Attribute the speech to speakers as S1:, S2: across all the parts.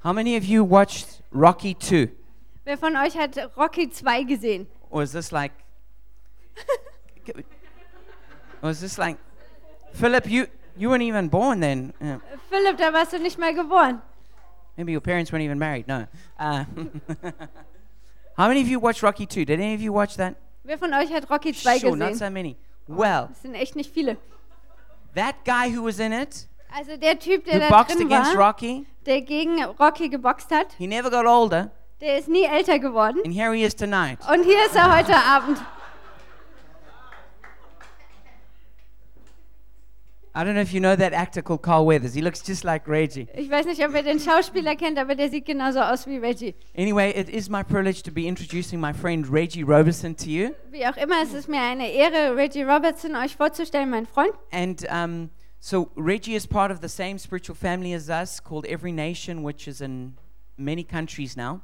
S1: How many of you watched Rocky 2?
S2: Wer von euch hat Rocky 2 gesehen?
S1: Or is this like. or is this like. Philip, you, you weren't even born then. Yeah.
S2: Philipp, da warst du nicht mal geboren.
S1: Maybe your parents weren't even married. No. Uh, how many of you watched Rocky 2? Did any of you watch that?
S2: Wer von euch hat Rocky 2
S1: sure, not so
S2: gesehen?
S1: many. Well,
S2: Das sind echt nicht viele.
S1: that guy who was in it,
S2: Also der Typ, der
S1: who
S2: da
S1: boxed
S2: drin
S1: against
S2: war,
S1: Rocky,
S2: der gegen Rocky geboxt hat,
S1: he never got older,
S2: der ist nie älter geworden.
S1: and here he is tonight.
S2: Und hier ist er heute Abend.
S1: I don't know if you know that actor called Carl Weathers. He looks just like Reggie.
S2: Ich weiß nicht, ob ihr den Schauspieler kennt, aber der sieht genauso aus wie Reggie.
S1: Anyway, it is my privilege to be introducing my friend Reggie Roberson to you.
S2: Wie auch immer, es ist mir eine Ehre, Reggie Robertson euch vorzustellen, mein Freund.
S1: And um, so Reggie is part of the same spiritual family as us called Every Nation, which is in many countries now.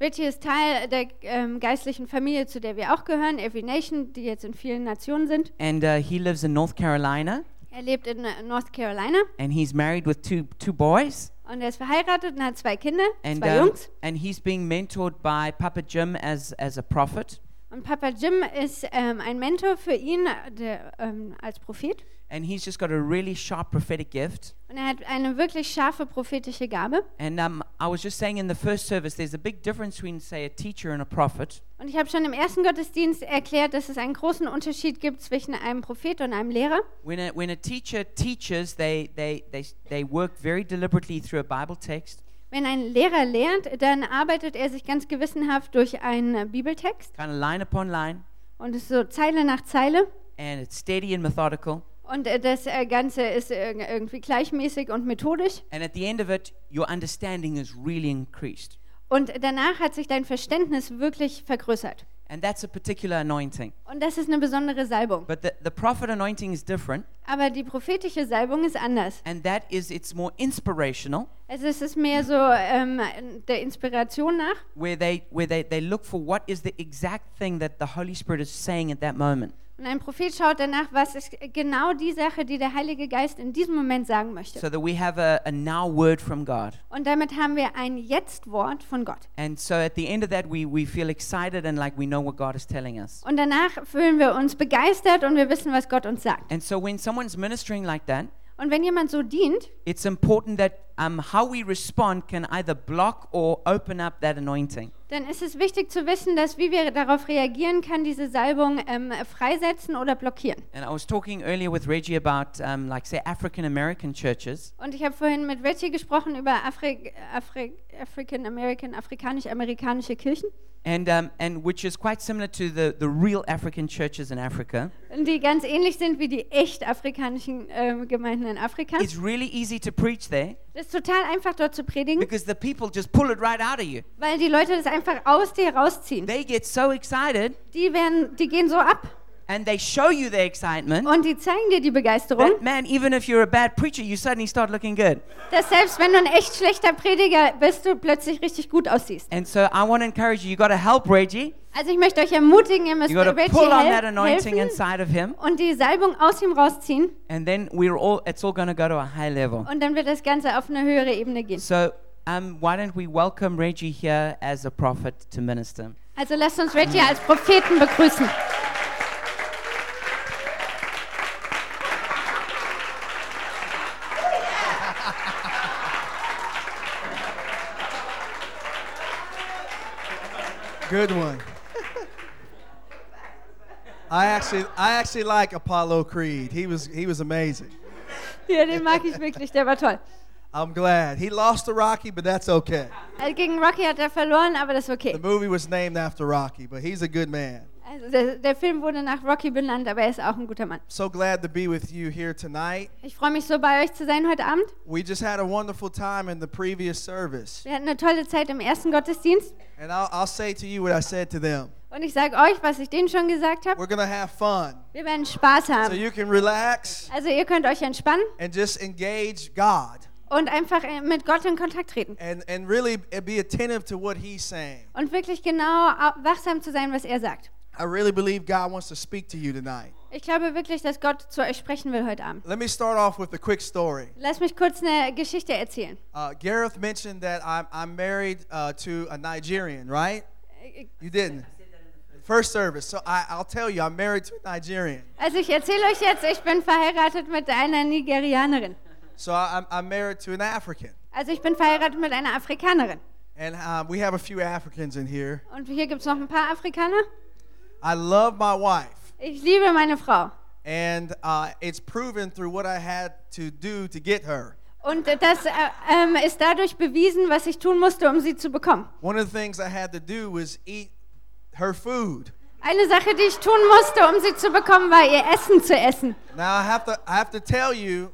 S2: Reggie ist Teil der ähm, geistlichen Familie, zu der wir auch gehören, Every Nation, die jetzt in vielen Nationen sind.
S1: And uh, he lives in North Carolina,
S2: Er lebt in äh, North Carolina
S1: and he's married with two, two boys.
S2: und er ist verheiratet und hat zwei Kinder,
S1: And,
S2: zwei
S1: um,
S2: Jungs.
S1: and he's being mentored by Papa Jim as, as a prophet.
S2: Und Papa Jim ist ähm, ein Mentor für ihn äh, der, ähm, als Prophet.
S1: And he's just got a really sharp prophetic gift.
S2: Und er hat eine wirklich scharfe prophetische Gabe.
S1: And um, I was just saying in the first service, there's a big difference between, say, a teacher and a prophet.
S2: Und ich habe schon im ersten Gottesdienst erklärt, dass es einen großen Unterschied gibt zwischen einem Prophet und einem Lehrer.
S1: When a, when a teacher teaches, they, they, they, they work very deliberately through a Bible text,
S2: Wenn ein Lehrer lehrt, dann arbeitet er sich ganz gewissenhaft durch einen äh, Bibeltext
S1: kind of line upon line,
S2: und ist so Zeile nach Zeile.
S1: and it's steady and methodical.
S2: Und äh, das äh, Ganze ist irg- irgendwie gleichmäßig und methodisch.
S1: And at the end of it, your understanding is really increased.
S2: Und danach hat sich dein Verständnis wirklich vergrößert.
S1: And that's a particular anointing.
S2: Und das ist eine besondere Salbung.
S1: But the, the prophet anointing is different,
S2: Aber die prophetische Salbung ist anders.
S1: and that is it's more inspirational,
S2: Also es ist mehr so ähm, der Inspiration nach.
S1: where they, where they, they look for what is the exact thing that the Holy Spirit is saying at that moment.
S2: Und ein Prophet schaut danach, was ist genau die Sache, die der Heilige Geist in diesem Moment sagen möchte.
S1: So that we have a, a now word from God.
S2: Und damit haben wir ein Jetzt-Wort von Gott.
S1: And so at the end of that, we, we feel excited and like we know what God is telling us.
S2: Und danach fühlen wir uns begeistert und wir wissen, was Gott uns sagt.
S1: And so when someone's ministering like that,
S2: Und wenn jemand so dient,
S1: it's important that um, how we respond can either block or open up that anointing.
S2: dann ist es wichtig zu wissen, dass wie wir darauf reagieren, kann diese Salbung ähm, freisetzen oder blockieren.
S1: And I was talking earlier with Reggie about, um, like, say, African American churches.
S2: Und ich habe vorhin mit Reggie gesprochen über Afri Afri African American, afrikanisch-amerikanische Kirchen,
S1: And, um, and which is quite similar to the, the real African churches in Africa.
S2: die ganz ähnlich sind wie die echt afrikanischen ähm, Gemeinden in Afrika.
S1: It's really easy to preach there
S2: Das ist total einfach dort zu predigen,
S1: because the people just pull it right out of you.
S2: weil die Leute das einfach aus dir rausziehen.
S1: They get so excited
S2: Die, werden, die gehen so ab
S1: and they show you their excitement.
S2: und die zeigen dir die Begeisterung,
S1: But man, even if you're a bad preacher, you suddenly start looking good.
S2: dass selbst wenn du ein echt schlechter Prediger bist, du plötzlich richtig gut aussiehst.
S1: And so I want to encourage you. You got to help Reggie.
S2: Also ich möchte euch ermutigen, ihr müsst
S1: You got to
S2: Reggie
S1: pull on that
S2: hel
S1: anointing
S2: helfen
S1: inside of him,
S2: und die Salbung aus ihm rausziehen
S1: and then we're all. It's all going to go to a high level.
S2: und dann wird das Ganze auf eine höhere Ebene gehen.
S1: So, um, why don't we welcome Reggie here as a prophet to minister?
S2: Also lasst uns Reggie als Propheten begrüßen.
S3: Good one. I actually, I actually like Apollo Creed. He was, he was amazing.
S2: Ja, den mag ich wirklich, der war toll.
S3: I'm glad he lost to Rocky, but that's okay.
S2: Also gegen Rocky hat er verloren, aber das ist
S3: The
S2: okay.
S3: movie was named after Rocky, but he's a good man.
S2: Also der, der Film wurde nach Rocky benannt, aber er ist auch ein guter Mann.
S3: So glad to be with you here tonight.
S2: Ich freue mich so, bei euch zu sein heute Abend.
S3: We just had a wonderful time in the previous service,
S2: Wir hatten eine tolle Zeit im ersten Gottesdienst.
S3: and I'll, I'll say to you what I said to them.
S2: Und ich sage euch, was ich denen schon gesagt habe,
S3: We're gonna have fun,
S2: wir werden Spaß
S3: so
S2: haben.
S3: you can relax
S2: Also ihr könnt euch entspannen
S3: and just engage God
S2: und einfach äh, mit Gott in Kontakt treten.
S3: and and really be attentive to what He's saying.
S2: Und wirklich genau au- wachsam zu sein, was er sagt.
S3: I really believe God wants to speak to you tonight.
S2: Ich glaube wirklich, dass Gott zu euch sprechen will heute Abend.
S3: Let me start off with a quick story.
S2: Lass mich kurz eine Geschichte erzählen.
S3: Uh, Gareth mentioned that I'm, I'm married uh, to a Nigerian, right?
S2: Äh,
S3: You didn't. First service. So I, I'll tell you, I'm married to a Nigerian.
S2: Also ich erzähle euch jetzt, ich bin verheiratet mit einer Nigerianerin.
S3: So I, I'm, I'm married to an African.
S2: Also ich bin verheiratet mit einer Afrikanerin.
S3: And uh, we have a few Africans in here.
S2: Und hier gibt es noch ein paar Afrikaner.
S3: I love my wife.
S2: Ich liebe meine Frau.
S3: And uh, it's proven through what I had to do to get her.
S2: Und das äh, ähm, ist dadurch bewiesen, was ich tun musste, um sie zu bekommen.
S3: One of the things I had to do was eat her food.
S2: Eine Sache, die ich tun musste, um sie zu bekommen, war ihr Essen zu essen.
S3: Now I have to I have to tell you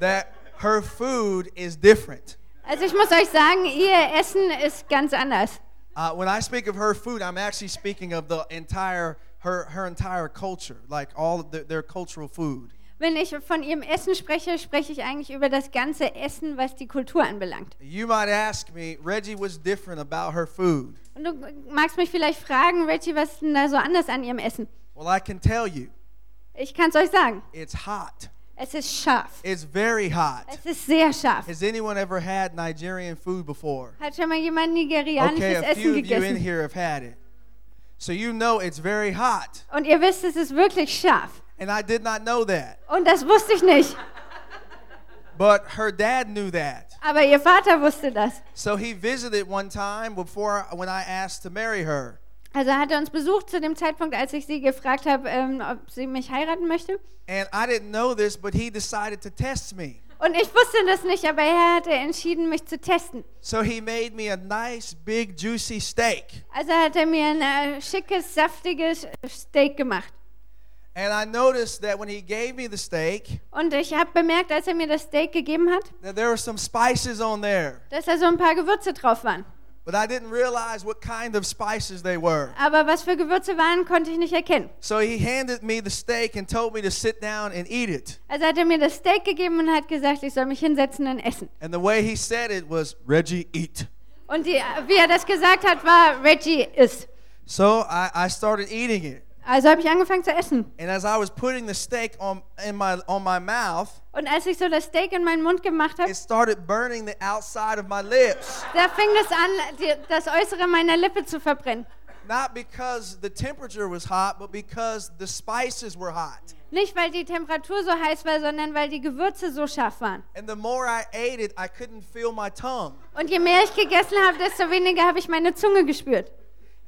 S3: that her food is different.
S2: Also ich muss euch sagen, ihr Essen ist ganz anders.
S3: Uh, when I speak of her food, I'm actually speaking of the entire her her entire culture, like all of the, their cultural food.
S2: Wenn ich von ihrem Essen spreche, spreche ich eigentlich über das ganze Essen, was die Kultur anbelangt.
S3: You might ask me, Reggie, what's different about her food?
S2: Und du magst mich vielleicht fragen, Reggie, was ist denn da so anders an ihrem Essen?
S3: Well, I can tell you,
S2: Ich kann es euch sagen.
S3: it's hot.
S2: Es ist scharf.
S3: It's very hot.
S2: Es ist sehr scharf.
S3: Has anyone ever had Nigerian food before?
S2: Hat schon mal jemand nigerianisches
S3: Okay, a
S2: Essen
S3: few of you in
S2: gegessen?
S3: here have had it. So you know it's very hot.
S2: Und ihr wisst, es ist wirklich scharf.
S3: And I did not know that.
S2: Und das wusste ich nicht.
S3: But her dad knew that.
S2: Aber ihr Vater wusste das.
S3: So he visited one time before when I asked to marry her.
S2: Also hat er uns besucht zu dem Zeitpunkt, als ich sie gefragt habe, ähm, ob sie mich heiraten möchte.
S3: And I didn't know this, but he decided to test me.
S2: Und ich wusste das nicht, aber er hatte entschieden, mich zu testen.
S3: So he made me a nice, big, juicy steak.
S2: Also hat er mir ein äh, schickes, saftiges äh, Steak gemacht.
S3: And I noticed that when he gave me the steak,
S2: Und ich habe bemerkt, als er mir das Steak gegeben hat,
S3: that there were some spices on there.
S2: dass da so ein paar Gewürze drauf waren.
S3: But I didn't realize what kind of spices they were.
S2: Aber was für Gewürze waren, konnte ich nicht erkennen.
S3: So he handed me the steak and told me to sit down and eat it.
S2: Also hat er mir das Steak gegeben und hat gesagt, ich soll mich hinsetzen und essen.
S3: And the way he said it was, Reggie, eat.
S2: Und die, wie er das gesagt hat, war Reggie isst.
S3: So I, I started eating it.
S2: Also habe ich angefangen zu essen.
S3: And as I was putting the steak on, in my, on my mouth,
S2: Und als ich so das Steak in meinen Mund gemacht habe,
S3: it started burning the outside of my lips.
S2: da fing das an, die, das Äußere meiner Lippe zu verbrennen.
S3: Not because the temperature was hot, but because the spices were hot.
S2: Nicht, weil die Temperatur so heiß war, sondern weil die Gewürze so scharf waren.
S3: And the more I ate it, I couldn't feel my tongue.
S2: Und je mehr ich gegessen habe, desto weniger habe ich meine Zunge gespürt.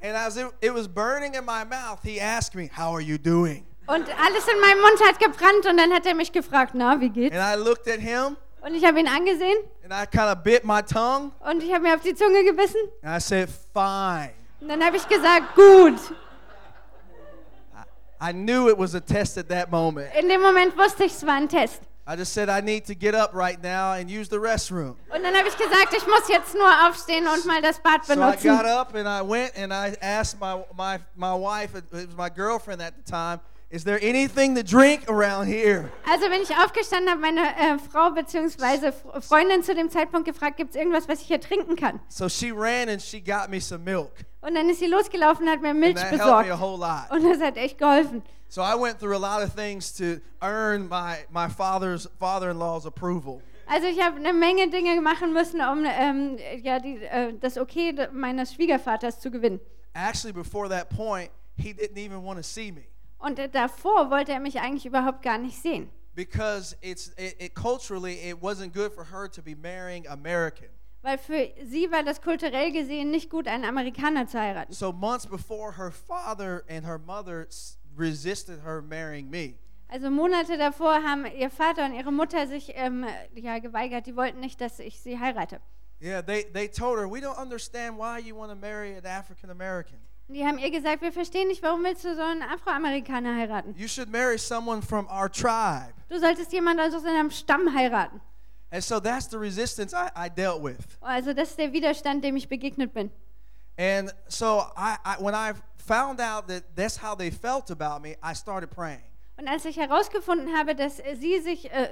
S3: And as it, it was burning in my mouth, he asked me, How are you doing?
S2: Und alles in meinem Mund hat gebrannt und dann hat er mich gefragt, na, wie geht's?
S3: And I looked at him
S2: Und ich habe ihn angesehen
S3: and I kind of bit my tongue
S2: und ich habe mir auf die Zunge gebissen.
S3: and I said, Fine.
S2: Und dann habe ich gesagt, gut.
S3: I knew it was a test at that moment.
S2: In dem Moment wusste ich, es war ein Test.
S3: I just said, I need to get up right now and use the restroom.
S2: Und dann habe ich gesagt, ich muss jetzt nur aufstehen und mal das Bad
S3: So I got
S2: benutzen.
S3: up and I went and I asked my, my, my wife, it was my girlfriend at the time, is there anything to drink around here?
S2: Also bin ich aufgestanden, habe meine äh, Frau bzw. Fr- Freundin zu dem Zeitpunkt gefragt, gibt es irgendwas, was ich hier trinken kann?
S3: So she ran and she got me some milk.
S2: Und dann ist sie losgelaufen und hat mir
S3: And
S2: Milch
S3: that helped me a
S2: besorgt.
S3: whole lot.
S2: Und das hat echt geholfen.
S3: So I went through a lot of things to earn my, my father's father-in-law's approval.
S2: Also ich habe eine Menge Dinge machen müssen, um ähm, ja, die, äh, das Okay de- meines Schwiegervaters zu gewinnen.
S3: Actually, before that point, he didn't even want to see me
S2: Und äh, davor wollte er mich eigentlich überhaupt gar nicht sehen.
S3: because it's it, it culturally it wasn't good for her to be marrying American.
S2: Weil für sie war das kulturell gesehen nicht gut, einen Amerikaner zu heiraten.
S3: So months before, her father and her mother s- resisted her marrying me.
S2: Also Monate davor haben ihr Vater und ihre Mutter sich ähm, ja, geweigert. Die wollten nicht, dass ich sie heirate.
S3: Yeah, they, they told her, we don't understand why you want to marry an African American.
S2: Und die haben ihr gesagt, wir verstehen nicht, warum willst du so einen Afroamerikaner heiraten?
S3: You should marry someone from our tribe.
S2: Du solltest jemanden aus unserem Stamm heiraten.
S3: And so that's the resistance I, I dealt with.
S2: Also das ist der Widerstand, dem ich begegnet bin.
S3: And so I, I, when I found out that that's how they felt about me, I started praying.
S2: Und als ich herausgefunden habe, dass äh, sie sich äh,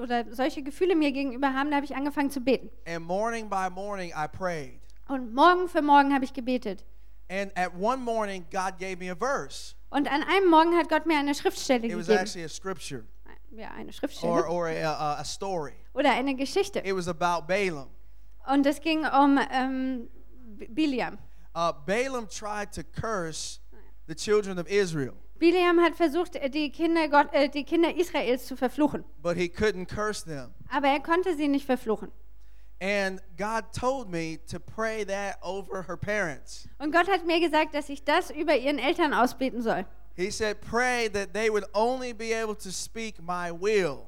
S2: oder solche Gefühle mir gegenüber haben, da habe ich angefangen zu beten.
S3: And morning by morning, I prayed.
S2: Und morgen für morgen habe ich gebetet.
S3: And at one morning, God gave me a verse.
S2: Und an einem Morgen hat Gott mir eine Schriftstelle
S3: It was
S2: gegeben.
S3: actually a scripture
S2: Ja, eine
S3: or,
S2: Schriftstelle.
S3: or a, a, a story.
S2: Oder eine Geschichte.
S3: It was about Balaam.
S2: Und es ging um ähm, B- Biliam.
S3: Uh, Balaam tried to curse the children of Israel,
S2: Biliam hat versucht, äh, die Kinder, Gott, äh, die Kinder Israels zu verfluchen.
S3: but he couldn't curse them.
S2: Aber er konnte sie nicht verfluchen.
S3: And God told me to pray that over her parents.
S2: Und Gott hat mir gesagt, dass ich das über ihren Eltern ausbeten soll.
S3: He said, Pray that they would only be able to speak my will.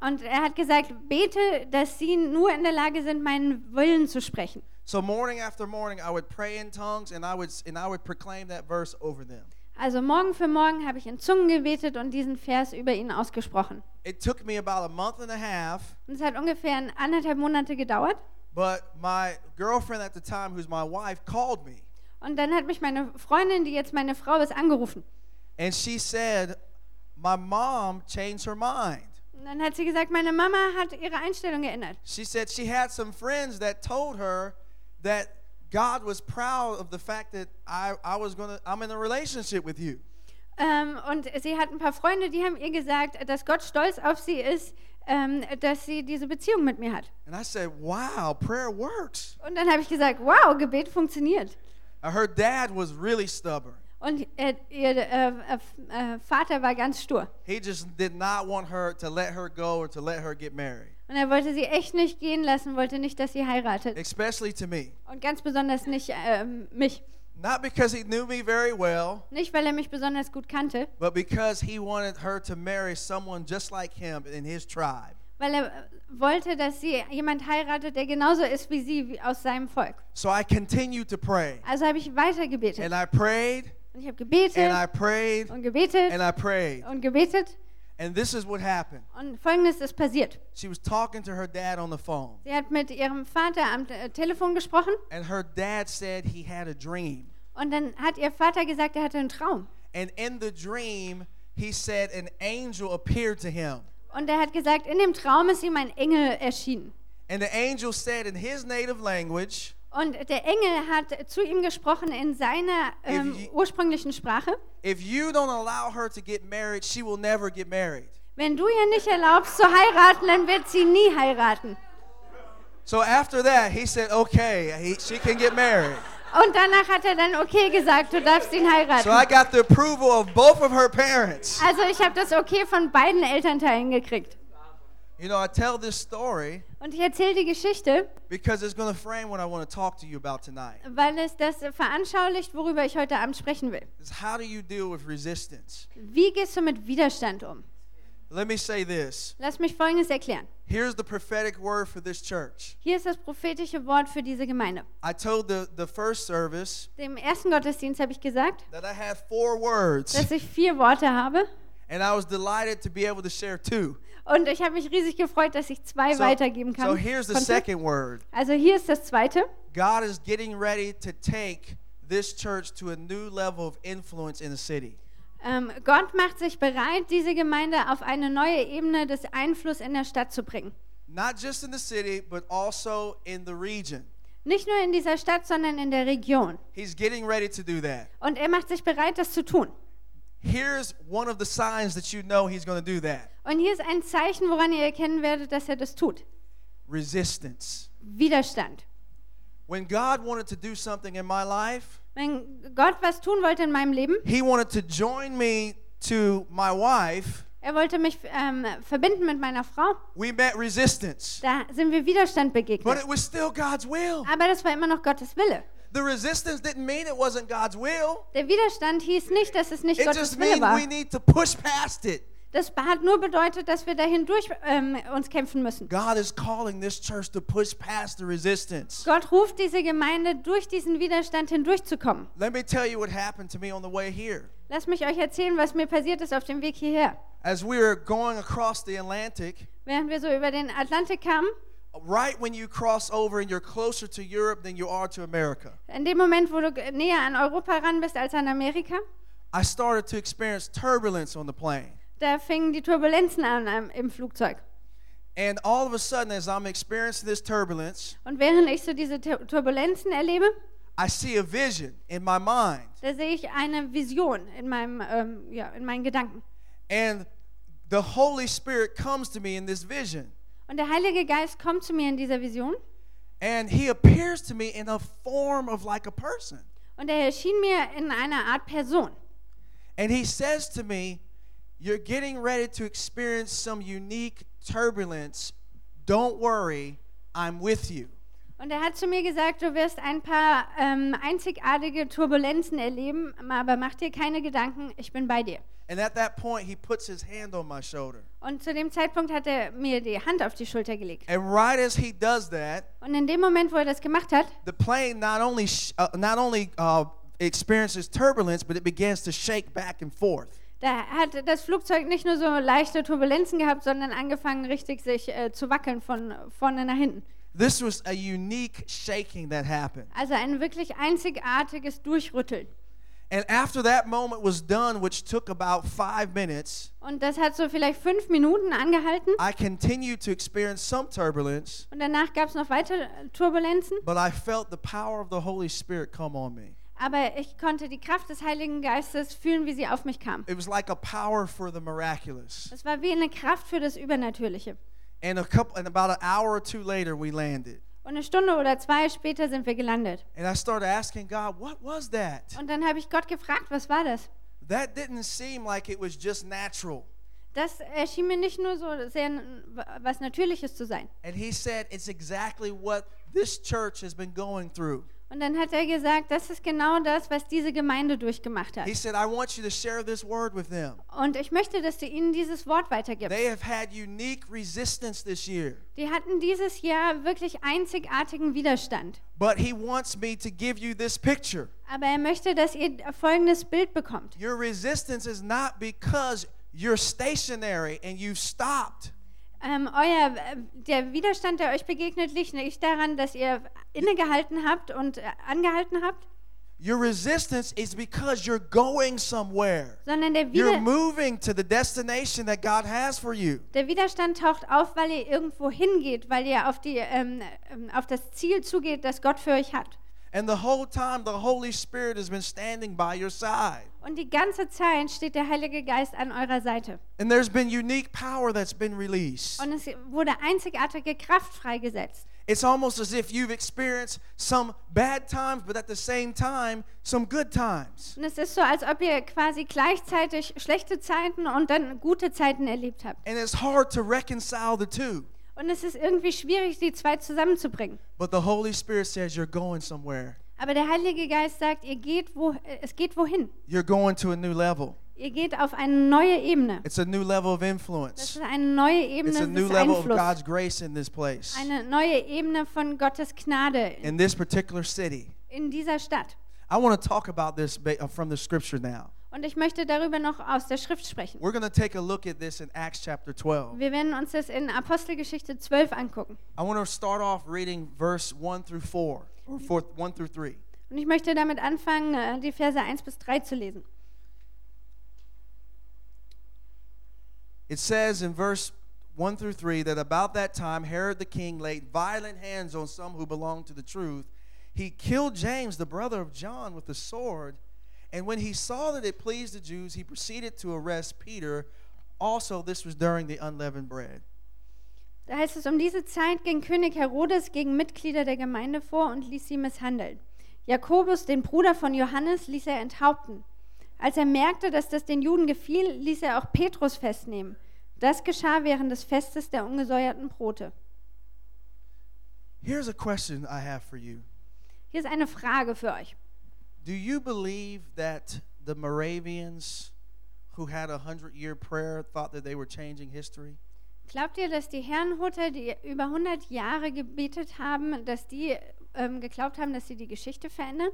S2: Und er hat gesagt, bete, dass sie nur in der Lage sind, meinen Willen zu sprechen.
S3: So morning after morning, I would pray in tongues and I would, and I would proclaim that verse over them.
S2: Also morgen für morgen habe ich in Zungen gebetet und diesen Vers über ihn ausgesprochen.
S3: It took me about a month and a half,
S2: Und es hat ungefähr ein- anderthalb Monate gedauert.
S3: but my girlfriend at the time, who's my wife, called me
S2: Und dann hat mich meine Freundin, die jetzt meine Frau ist, angerufen.
S3: and she said, My mom changed her mind.
S2: Und dann hat sie gesagt, meine Mama hat ihre Einstellung geändert.
S3: She said she had some friends that told her that God was proud of the fact that I, I was gonna I'm in a relationship with you.
S2: Ähm, und sie hat ein paar Freunde, die haben ihr gesagt, dass Gott stolz auf sie ist, ähm, dass sie diese Beziehung mit mir hat.
S3: And I said, Wow, prayer works.
S2: Und dann habe ich gesagt, wow, Gebet funktioniert.
S3: Uh, Her dad was really stubborn.
S2: Und äh, ihr äh, äh, äh, Vater war ganz stur.
S3: He just did not want her to let her go or to let her get married,
S2: Und er wollte sie echt nicht gehen lassen, wollte nicht, dass sie heiratet.
S3: especially to me.
S2: Und ganz besonders nicht ähm, mich.
S3: Not because he knew me very well,
S2: Nicht, weil er mich besonders gut kannte,
S3: but because he wanted her to marry someone just like him in his tribe.
S2: weil er äh, wollte, dass sie jemand heiratet, der genauso ist wie sie, wie aus seinem Volk.
S3: So I continued to pray.
S2: Also habe ich weiter gebetet.
S3: And I prayed,
S2: Und ich habe
S3: and I
S2: gebetet
S3: prayed,
S2: und gebetet
S3: and I prayed.
S2: und gebetet.
S3: And this is what happened.
S2: Und folgendes ist passiert.
S3: She was talking to her dad on the phone,
S2: Sie hat mit ihrem Vater am äh, Telefon gesprochen
S3: and her dad said he had a dream.
S2: und dann hat ihr Vater gesagt, er hatte einen Traum.
S3: And in the dream, he said an angel appeared to him.
S2: Und er hat gesagt, in dem Traum ist ihm ein Engel erschienen.
S3: And the angel said in his native language,
S2: Und der Engel hat zu ihm gesprochen in seiner ähm,
S3: If you-
S2: ursprünglichen Sprache.
S3: If you don't allow her to get married, she will never get married.
S2: Wenn du ihr nicht erlaubst zu heiraten, dann wird sie nie heiraten.
S3: So after that, he said, okay, he, she can get married.
S2: Und danach hat er dann okay gesagt, du darfst ihn
S3: So I
S2: heiraten.
S3: got the approval of both of her parents.
S2: Also ich habe das okay von beiden Elternteilen gekriegt.
S3: You know, I tell this story
S2: Und ich erzähle die Geschichte,
S3: because it's going to frame what I want to talk to you about tonight.
S2: weil es das veranschaulicht, worüber ich heute Abend sprechen will.
S3: Is how do you deal with resistance?
S2: Wie gehst du mit Widerstand um?
S3: Let me say this.
S2: Lass mich Folgendes erklären.
S3: Here's the prophetic word for this church.
S2: Hier ist das prophetische Wort für diese Gemeinde.
S3: I told the, the first service
S2: Dem ersten Gottesdienst habe ich gesagt,
S3: that I had four words,
S2: dass ich vier Worte habe.
S3: and I was delighted to be able to share two.
S2: Und ich habe mich riesig gefreut, dass ich zwei weitergeben kann.
S3: so here's the
S2: konnte.
S3: second word
S2: Also hier ist das zweite.
S3: God is getting ready to take this church to a new level of influence in the city.
S2: Ähm, Gott macht sich bereit, diese Gemeinde auf eine neue Ebene des Einflusses in der Stadt zu bringen.
S3: Not just in the city, but also in the region.
S2: Nicht nur in dieser Stadt, sondern in der Region.
S3: He's getting ready to do that.
S2: Und er macht sich bereit, das zu tun.
S3: Here's one of the signs that you know He's going to do that
S2: Und hier ist ein Zeichen, woran ihr erkennen werdet, dass er das tut.
S3: resistance.
S2: Widerstand.
S3: When God wanted to do something in my life,
S2: Wenn Gott was tun wollte in meinem Leben,
S3: he wanted to join me to my wife.
S2: er wollte mich ähm, verbinden mit meiner Frau,
S3: We met resistance,
S2: da sind wir Widerstand
S3: but
S2: begegnet.
S3: it was still God's will.
S2: Aber das war immer noch Gottes Wille.
S3: The resistance didn't mean it wasn't God's will.
S2: Der Widerstand hieß nicht, dass es nicht
S3: It
S2: Gottes
S3: just
S2: Wille
S3: means
S2: war.
S3: we need to push past it.
S2: Das hat nur bedeutet, dass wir dahin durch ähm, uns kämpfen müssen.
S3: God is calling this church to push past the resistance.
S2: Gott ruft diese Gemeinde, durch diesen Widerstand hindurchzukommen.
S3: Let me tell you what happened to me on the way here.
S2: Lass mich euch erzählen, was mir passiert ist auf dem Weg hierher.
S3: As we were going across the Atlantic,
S2: Während wir so über den Atlantik kamen,
S3: right when you cross over and you're closer to Europe than you are to America,
S2: in dem Moment, wo du g- näher an Europa ran bist als an Amerika,
S3: I started to experience turbulence on the plane.
S2: da fingen die Turbulenzen an am- im Flugzeug.
S3: And all of a sudden, as I'm experiencing this turbulence,
S2: Und während ich so diese Tur- Turbulenzen erlebe,
S3: I see a vision in my mind.
S2: Da sehe ich eine Vision in, meinem, ähm, ja, in meinen Gedanken.
S3: And the Holy Spirit comes to me in this vision.
S2: Und der Heilige Geist kommt zu mir in dieser Vision
S3: And he appears to me in a form of like a person.
S2: und er erschien mir in einer Art Person.
S3: And he says to me, You're getting ready to experience some unique turbulence. Don't worry, I'm with you.
S2: Und er hat zu mir gesagt, du wirst ein paar ähm, einzigartige Turbulenzen erleben, aber mach dir keine Gedanken, ich bin bei dir.
S3: And at that point, he puts his hand on my shoulder.
S2: Und zu dem Zeitpunkt hat er mir die Hand auf die Schulter gelegt.
S3: And right as he does that,
S2: Und in dem Moment, wo er das gemacht hat,
S3: the plane not only sh- uh, not only uh, experiences turbulence, but it begins to shake back and forth.
S2: da hat das Flugzeug nicht nur so leichte Turbulenzen gehabt, sondern angefangen richtig sich äh, zu wackeln von vorne nach hinten.
S3: This was a unique shaking that happened.
S2: Also ein wirklich einzigartiges Durchrütteln.
S3: And after that moment was done, which took about five minutes,
S2: Und das hat so vielleicht fünf Minuten angehalten.
S3: I continued to experience some turbulence,
S2: Und danach gab es noch weitere äh, Turbulenzen.
S3: but I felt the power of the Holy Spirit come on me.
S2: Aber ich konnte die Kraft des Heiligen Geistes fühlen, wie sie auf mich kam.
S3: It was like a power for the miraculous.
S2: Das war wie eine Kraft für das Übernatürliche.
S3: And a couple, and about an hour or two later, we landed.
S2: Und eine Stunde oder zwei später sind wir gelandet.
S3: And I started asking God, what was that?
S2: Und dann habe ich Gott gefragt, was war das?
S3: That didn't seem like it was just natural.
S2: Das erschien mir nicht nur so sehr n- was Natürliches zu sein.
S3: And he said, It's exactly what this church has been going through.
S2: Und dann hat er gesagt, das ist genau das, was diese Gemeinde durchgemacht hat.
S3: He said, I want you to share this word with them.
S2: Und ich möchte, dass du ihnen dieses Wort weitergibst.
S3: They have had unique resistance this year,
S2: Die hatten dieses Jahr wirklich einzigartigen Widerstand.
S3: but he wants me to give you this picture.
S2: Aber er möchte, dass ihr folgendes Bild bekommt.
S3: Your resistance is not because you're stationary and you've stopped.
S2: Ähm, euer, äh, der Widerstand, der euch begegnet, liegt nicht daran, dass ihr innegehalten habt und äh, angehalten habt,
S3: Your resistance is because you're going somewhere.
S2: sondern der,
S3: You're
S2: Wider
S3: moving to the destination that God has for you.
S2: der Widerstand taucht auf, weil ihr irgendwo hingeht, weil ihr auf, die, ähm, ähm, auf das Ziel zugeht, das Gott für euch hat.
S3: And the whole time, the Holy Spirit has been standing by your side.
S2: Und die ganze Zeit steht der Heilige Geist an eurer Seite.
S3: And there's been unique power that's been released.
S2: Und es wurde einzigartige Kraft freigesetzt.
S3: It's almost as if you've experienced some bad times, but at the same time, some good times.
S2: Und es ist so, als ob ihr quasi gleichzeitig schlechte Zeiten und dann gute Zeiten erlebt habt.
S3: And it's hard to reconcile the two.
S2: Und es ist irgendwie schwierig, die zwei zusammenzubringen.
S3: But the Holy Spirit says you're going somewhere.
S2: Aber der Heilige Geist sagt, ihr geht wo, äh, es geht wohin.
S3: You're going to a new level.
S2: Ihr geht auf eine neue Ebene.
S3: It's a new level of
S2: Das
S3: influence.
S2: ist eine neue
S3: It's a
S2: Ebene des
S3: new level of
S2: Einflusses.
S3: God's grace in this place,
S2: Eine neue Ebene von Gottes Gnade in,
S3: in this particular city.
S2: in dieser Stadt.
S3: I want to talk about this ba- uh, from the scripture now.
S2: Und ich möchte darüber noch aus der Schrift sprechen.
S3: We're going to take a look at this in Acts chapter 12.
S2: Wir werden uns das in Apostelgeschichte 12 angucken.
S3: I want to start off reading verse 1 through 4, or 4, 1 through 3.
S2: Und ich möchte damit anfangen, äh, die Verse 1 bis 3 zu lesen.
S3: It says in verse 1 through 3 that about that time Herod the king laid violent hands on some who belonged to the truth. He killed James, the brother of John, with the sword. And when he saw that it pleased the Jews, he proceeded to arrest Peter. Also, this was during the unleavened bread.
S2: Da heißt es, um diese Zeit ging König Herodes gegen Mitglieder der Gemeinde vor und ließ sie misshandeln. Jakobus, den Bruder von Johannes, ließ er enthaupten. Als er merkte, dass das den Juden gefiel, ließ er auch Petrus festnehmen. Das geschah während des Festes der ungesäuerten Brote.
S3: Here's a question I have for you
S2: Hier ist eine Frage für euch.
S3: Do you believe that the Moravians who had a hundred year prayer thought that they were changing history?
S2: Glaubt ihr, dass die Herrenhutter, die über 100 Jahre gebetet haben, dass die ähm, geglaubt haben, dass sie die Geschichte verändern?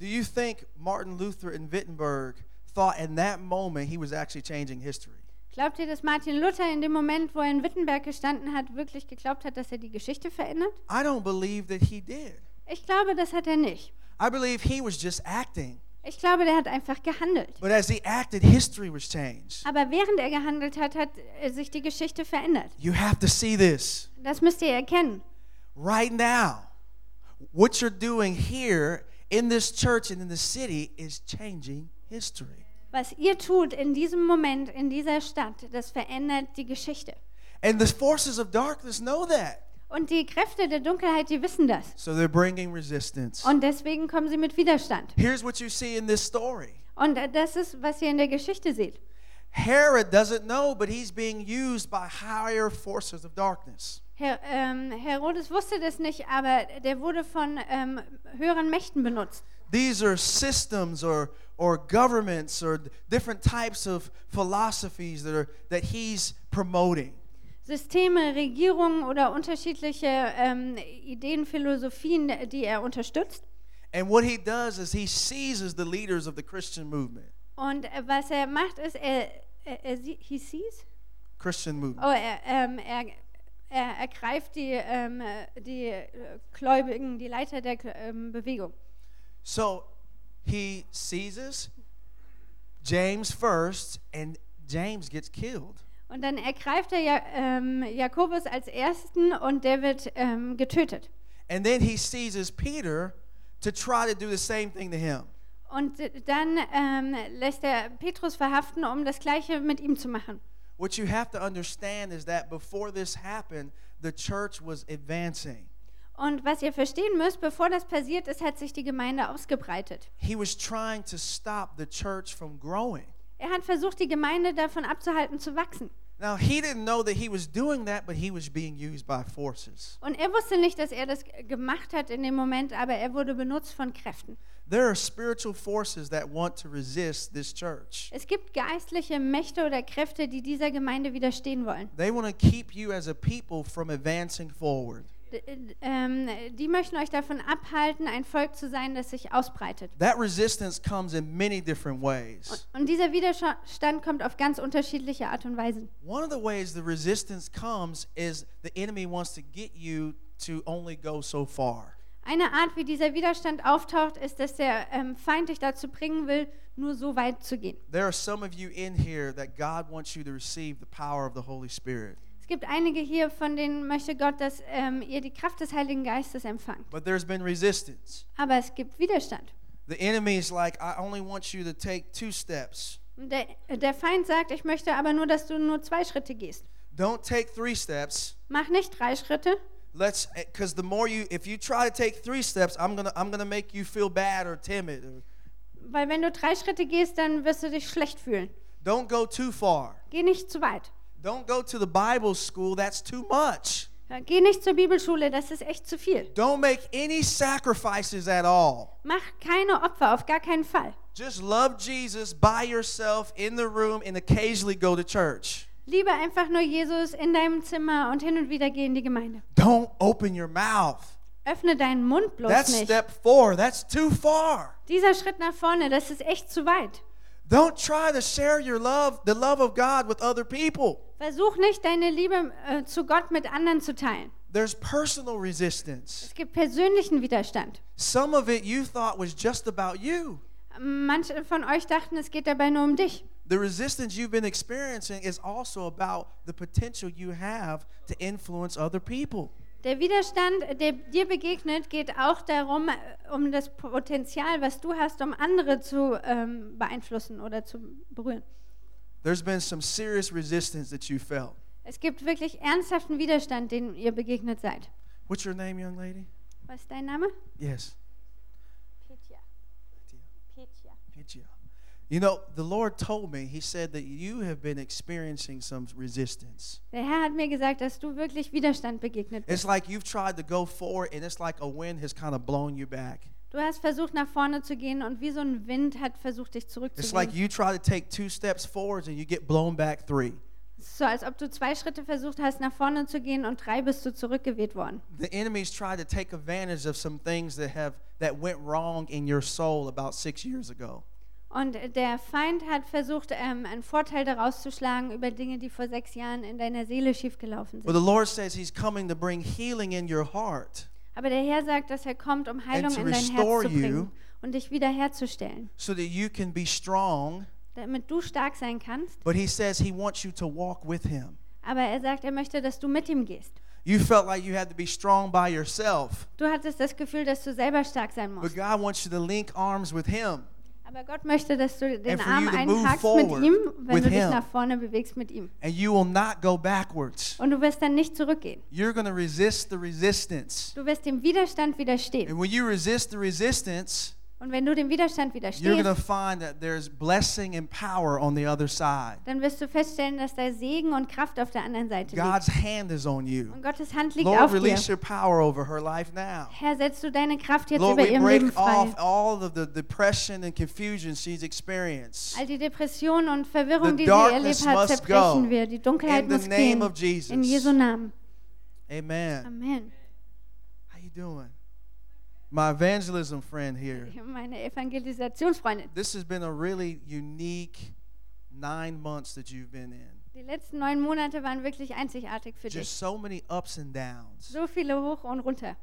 S3: Do you think Martin Luther in Wittenberg thought in that moment he was actually changing history?
S2: Glaubt ihr, dass Martin Luther in dem Moment, wo er in Wittenberg gestanden hat, wirklich geglaubt hat, dass er die Geschichte verändert?
S3: I don't believe that he did.
S2: Ich glaube, das hat er nicht.
S3: I believe he was just acting.
S2: Ich glaube, der hat einfach gehandelt.
S3: But as he acted, history was changed.
S2: Aber während er gehandelt hat, hat äh, sich die Geschichte verändert.
S3: You have to see this
S2: Das müsst ihr erkennen.
S3: right now. What you're doing here in this church and in the city is changing history.
S2: Was ihr tut in diesem Moment, in dieser Stadt, das verändert die Geschichte.
S3: And the forces of darkness know that.
S2: Und die Kräfte der Dunkelheit, die wissen das.
S3: So they're bringing resistance.
S2: Und deswegen kommen sie mit Widerstand.
S3: Here's what you see in this story
S2: Und äh, das ist, was ihr in der Geschichte seht.
S3: Herod doesn't know, but he's being used by higher forces of darkness.
S2: Her ähm, Herodes wusste das nicht, aber der wurde von ähm, höheren Mächten benutzt.
S3: These are systems or, or governments or different types of philosophies that, are, that he's promoting.
S2: Systeme, Regierungen oder unterschiedliche ähm, Ideen, Philosophien, die er unterstützt.
S3: And what he does is he seizes the leaders of the Christian movement.
S2: Und äh, was er macht, ist, er, er, er sie he sees?
S3: Christian movement.
S2: Oh, er, ähm, er, er ergreift die, ähm, äh, die äh, Gläubigen, die Leiter der Gl- ähm, Bewegung.
S3: So he seizes James first, and James gets killed.
S2: Und dann ergreift er ja, ähm, Jakobus als Ersten und der wird ähm, getötet.
S3: And then he seizes Peter to try to do the same thing to him.
S2: Und dann ähm, lässt er Petrus verhaften, um das Gleiche mit ihm zu machen.
S3: What you have to understand is that before this happened, the church was advancing.
S2: Und was ihr verstehen müsst, bevor das passiert ist, hat sich die Gemeinde ausgebreitet.
S3: He was trying to stop the church from growing.
S2: Er hat versucht, die Gemeinde davon abzuhalten, zu wachsen.
S3: Now, he didn't know that he was doing that, but he was being used by forces.
S2: Und er wusste nicht, dass er das gemacht hat in dem Moment, aber er wurde benutzt von Kräften.
S3: There are spiritual forces that want to resist this church.
S2: Es gibt geistliche Mächte oder Kräfte, die dieser Gemeinde widerstehen wollen.
S3: They want to keep you as a people from advancing forward.
S2: D d- ähm, die möchten euch davon abhalten, ein Volk zu sein, das sich ausbreitet.
S3: That resistance comes in many different ways.
S2: Und dieser Widerstand kommt auf ganz unterschiedliche Art und Weisen.
S3: One of the ways the resistance comes is the enemy wants to get you to only go so far.
S2: Eine Art, wie dieser Widerstand auftaucht, ist, dass der ähm, Feind dich dazu bringen will, nur so weit zu gehen.
S3: There are some of you in here that God wants you to receive the power of the Holy Spirit.
S2: Es gibt einige hier, von denen möchte Gott, dass ähm, ihr die Kraft des Heiligen Geistes empfangt.
S3: But there's been resistance.
S2: Aber es gibt Widerstand.
S3: The enemy is like, I only want you to take two steps.
S2: Und der, äh, der Feind sagt, ich möchte aber nur, dass du nur zwei Schritte gehst.
S3: Don't take three steps.
S2: Mach nicht drei Schritte,
S3: Let's, because the more you, if you try to take three steps, I'm gonna, I'm gonna make you feel bad or timid. Or,
S2: weil wenn du drei Schritte gehst, dann wirst du dich schlecht fühlen.
S3: Don't go too far.
S2: Geh nicht zu weit.
S3: Don't go to the Bible school. That's too much.
S2: Ja, Geh nicht zur Bibelschule, das ist echt zu viel.
S3: Don't make any sacrifices at all.
S2: Mach keine Opfer, auf gar keinen Fall.
S3: Just love Jesus by yourself in the room and occasionally go to church.
S2: Liebe einfach nur Jesus in deinem Zimmer und hin und wieder geh in die Gemeinde.
S3: Don't open your mouth.
S2: Öffne deinen Mund bloß
S3: That's
S2: nicht.
S3: step four. That's too far.
S2: Dieser Schritt nach vorne, das ist echt zu weit.
S3: Don't try to share your love, the love of God with other people.
S2: Versuch nicht, deine Liebe äh, zu Gott mit anderen zu teilen.
S3: There's personal resistance.
S2: Es gibt persönlichen Widerstand.
S3: Some of it you thought was just about you.
S2: Manche von euch dachten, es geht dabei nur um dich.
S3: The resistance you've been experiencing is also about the potential you have to influence other people.
S2: Der Widerstand, der dir begegnet, geht auch darum, äh, um das Potenzial, was du hast, um andere zu ähm, beeinflussen oder zu berühren.
S3: There's been some serious resistance that you felt.
S2: Es gibt wirklich ernsthaften Widerstand, den ihr begegnet seid.
S3: What's your name, young lady?
S2: Was ist dein Name?
S3: Yes.
S2: Petja. Petja.
S3: Hidja. You know, the Lord told me, He said that you have been experiencing some resistance.
S2: Der Herr hat mir gesagt, dass du wirklich Widerstand begegnet bist.
S3: It's like you've tried to go forward and it's like a wind has kind of blown you back.
S2: Du hast versucht, nach vorne zu gehen und wie so ein Wind hat versucht, dich
S3: It's
S2: zurückzugehen.
S3: like you try to take two steps forwards and you get blown back three.
S2: Es ist so, als ob du zwei Schritte versucht hast, nach vorne zu gehen und drei bist du zurückgeweht worden.
S3: The enemy's tried to take advantage of some things that have that went wrong in your soul about 6 years ago.
S2: Und der Feind hat versucht, ähm, einen Vorteil daraus zu schlagen über Dinge, die vor sechs Jahren in deiner Seele schiefgelaufen
S3: But
S2: sind.
S3: the Lord says he's coming to bring healing in your heart
S2: Aber der Herr sagt, dass er kommt, um Heilung
S3: to
S2: in dein
S3: restore
S2: Herz zu
S3: you.
S2: bringen und dich wiederherzustellen,
S3: so that you can be strong,
S2: damit du stark sein kannst.
S3: but he says he wants you to walk with him.
S2: Aber er sagt, er möchte, dass du mit ihm gehst.
S3: You felt like you had to be strong by yourself.
S2: Du hattest das Gefühl, dass du selber stark sein
S3: But
S2: musst.
S3: God wants you to link arms with Him.
S2: Aber Gott möchte, dass du den
S3: And for
S2: Arm
S3: you to move
S2: einhakst mit
S3: forward
S2: ihm, wenn
S3: with
S2: du dich
S3: him.
S2: nach vorne bewegst mit ihm.
S3: And you will not go backwards.
S2: Und du wirst dann nicht zurückgehen.
S3: You're going to resist the resistance.
S2: Du wirst dem Widerstand widerstehen.
S3: And when you resist the resistance,
S2: Und wenn du dem Widerstand
S3: you're going
S2: widerstehst,
S3: to find that there's blessing and power on the other side.
S2: dann wirst du feststellen, dass da Segen und Kraft auf der anderen Seite liegt.
S3: God's hand is on you.
S2: Und Gottes Hand liegt
S3: Lord,
S2: auf dir.
S3: release your power over her life now.
S2: Herr, setzt du deine Kraft jetzt
S3: Lord,
S2: über
S3: we
S2: ihrem Leben
S3: break
S2: frei.
S3: off all of the depression and confusion she's experienced.
S2: All die Depression und Verwirrung, die
S3: The
S2: sie erlebt
S3: darkness
S2: hat,
S3: must go.
S2: zerbrechen wir. Die Dunkelheit
S3: In the
S2: muss
S3: name
S2: gehen.
S3: of Jesus.
S2: In Jesu Namen.
S3: Amen.
S2: Amen.
S3: How you doing? My evangelism friend here.
S2: Meine Evangelisationsfreundin.
S3: This has been a really unique nine months that you've been in.
S2: Die letzten neun Monate waren wirklich einzigartig für dich.
S3: Just so many ups and downs.
S2: So viele hoch und runter.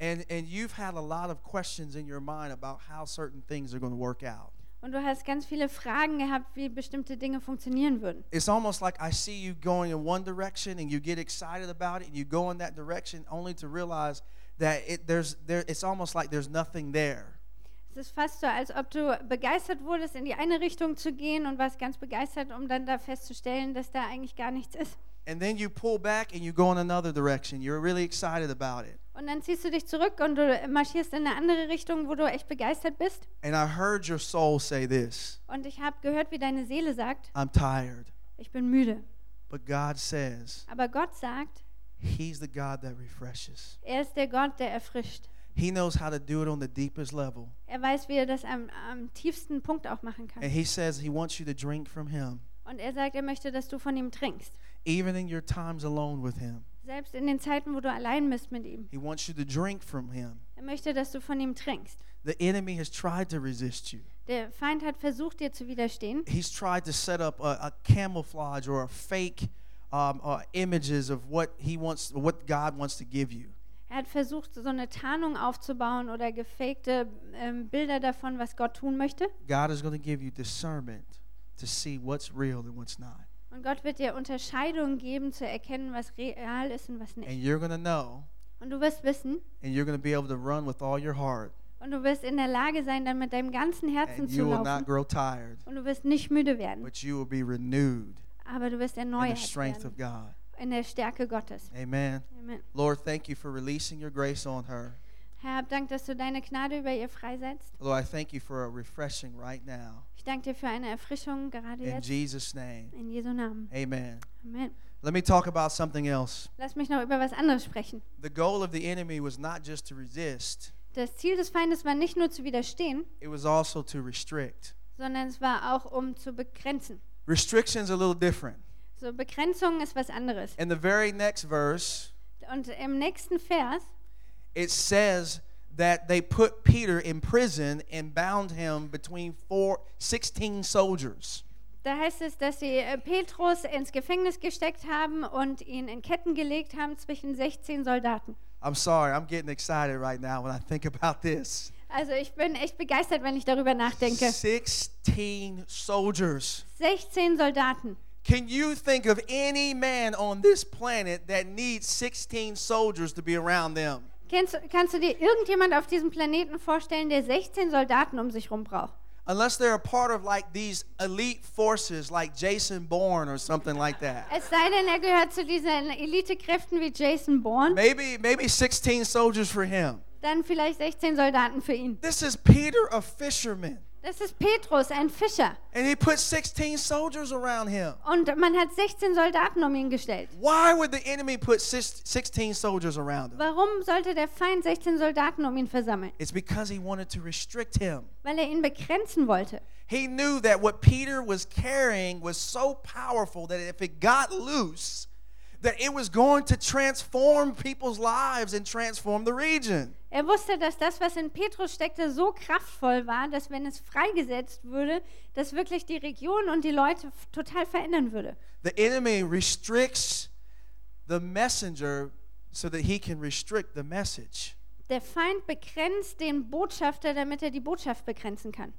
S3: And and you've had a lot of questions in your mind about how certain things are going to work out.
S2: Und du hast ganz viele Fragen gehabt, wie bestimmte Dinge funktionieren würden.
S3: It's almost like I see you going in one direction and you get excited about it and you go in that direction only to realize that it there's there it's almost like there's nothing there.
S2: Es ist fast so, als ob du begeistert wurdest, in die eine Richtung zu gehen und warst ganz begeistert, um dann da festzustellen, dass da eigentlich gar nichts ist.
S3: And then you pull back and you go in another direction. You're really excited about it.
S2: Und dann ziehst du dich zurück und du marschierst in eine andere Richtung, wo du echt begeistert bist.
S3: And I heard your soul say this
S2: Und ich habe gehört, wie deine Seele sagt,
S3: I'm tired.
S2: ich bin müde.
S3: But God says,
S2: Aber Gott sagt,
S3: He's the God that refreshes.
S2: er ist der Gott, der erfrischt.
S3: He knows how to do it on the deepest level.
S2: Er weiß, wie er das am, am tiefsten Punkt auch machen kann.
S3: And He says He wants you to drink from Him,
S2: Und er sagt, er möchte, dass du von ihm trinkst.
S3: even in your times alone with Him.
S2: Selbst in den Zeiten, wo du allein bist mit ihm.
S3: He wants you to drink from Him.
S2: Er möchte, dass du von ihm trinkst.
S3: The enemy has tried to resist you,
S2: Der Feind hat versucht, dir zu widerstehen.
S3: he's tried to set up a, a camouflage or a fake um, uh, images of what He wants, what God wants to give you.
S2: Er hat versucht, so eine Tarnung aufzubauen oder gefakte ähm, Bilder davon, was Gott tun möchte.
S3: God is going to give you discernment to see what's real and what's not.
S2: Und Gott wird dir Unterscheidungen geben, zu erkennen, was real ist und was nicht.
S3: And you're going to know,
S2: Und du wirst wissen
S3: and you're going to be able to run with all your heart,
S2: und du wirst in der Lage sein, dann mit deinem ganzen Herzen
S3: and
S2: zu
S3: you will not
S2: laufen.
S3: grow tired,
S2: Und du wirst nicht müde werden,
S3: but you will be renewed
S2: aber du wirst
S3: in the
S2: erneuert
S3: strength
S2: werden
S3: of God.
S2: in der Stärke Gottes.
S3: Amen.
S2: Amen.
S3: Lord, thank you for releasing your grace on her.
S2: Herr, hab Dank, dass du deine Gnade über ihr freisetzt.
S3: Lord, I thank you for a refreshing right now.
S2: Ich danke dir für eine Erfrischung gerade
S3: In
S2: jetzt.
S3: Jesus' name.
S2: In Jesu Namen.
S3: Amen.
S2: Amen.
S3: Let me talk about something else.
S2: Lass mich noch über was anderes sprechen.
S3: The goal of the enemy was not just to resist,
S2: Das Ziel des Feindes war nicht nur zu widerstehen,
S3: it was also to restrict.
S2: sondern es war auch, um zu begrenzen.
S3: Restriction's a little different.
S2: So, Begrenzung ist was anderes.
S3: In the very next verse,
S2: Und im nächsten Vers
S3: it says that they put Peter in prison and bound him between four, 16 soldiers.
S2: Da heißt es, dass sie äh, Petrus ins Gefängnis gesteckt haben und ihn in Ketten gelegt haben zwischen 16 Soldaten.
S3: I'm sorry, I'm getting excited right now when I think about this.
S2: Also ich bin echt begeistert, wenn ich darüber nachdenke.
S3: 16 soldiers.
S2: 16 Soldaten.
S3: Can you think of any man on this planet that needs 16 soldiers to be around them?
S2: Kennst, kannst du dir irgendjemand auf diesem Planeten vorstellen, der 16 Soldaten um sich rum braucht?
S3: Unless they're a part of like these elite forces like Jason Bourne or something like that.
S2: Es sei denn, er gehört zu diesen Elitekräften wie Jason Bourne,
S3: Maybe maybe 16 soldiers for him.
S2: dann vielleicht 16 Soldaten für ihn.
S3: This is Peter a fisherman.
S2: Das ist Petrus, ein Fischer.
S3: And he put 16 soldiers around him.
S2: Und man hat 16 Soldaten um ihn gestellt.
S3: Why would the enemy put sis- 16 soldiers around him?
S2: Warum sollte der Feind 16 Soldaten um ihn versammeln?
S3: It's because he wanted to restrict him.
S2: weil er ihn begrenzen wollte.
S3: He knew that what Peter was carrying was so powerful that if it got loose, that it was going to transform people's lives and transform the region.
S2: Er wusste, dass das, was in Petrus steckte, so kraftvoll war, dass wenn es freigesetzt würde, das wirklich die Region und die Leute f- total verändern würde.
S3: The enemy restricts the messenger so that he can restrict the message.
S2: Der Feind begrenzt den Botschafter, damit er die Botschaft begrenzen kann.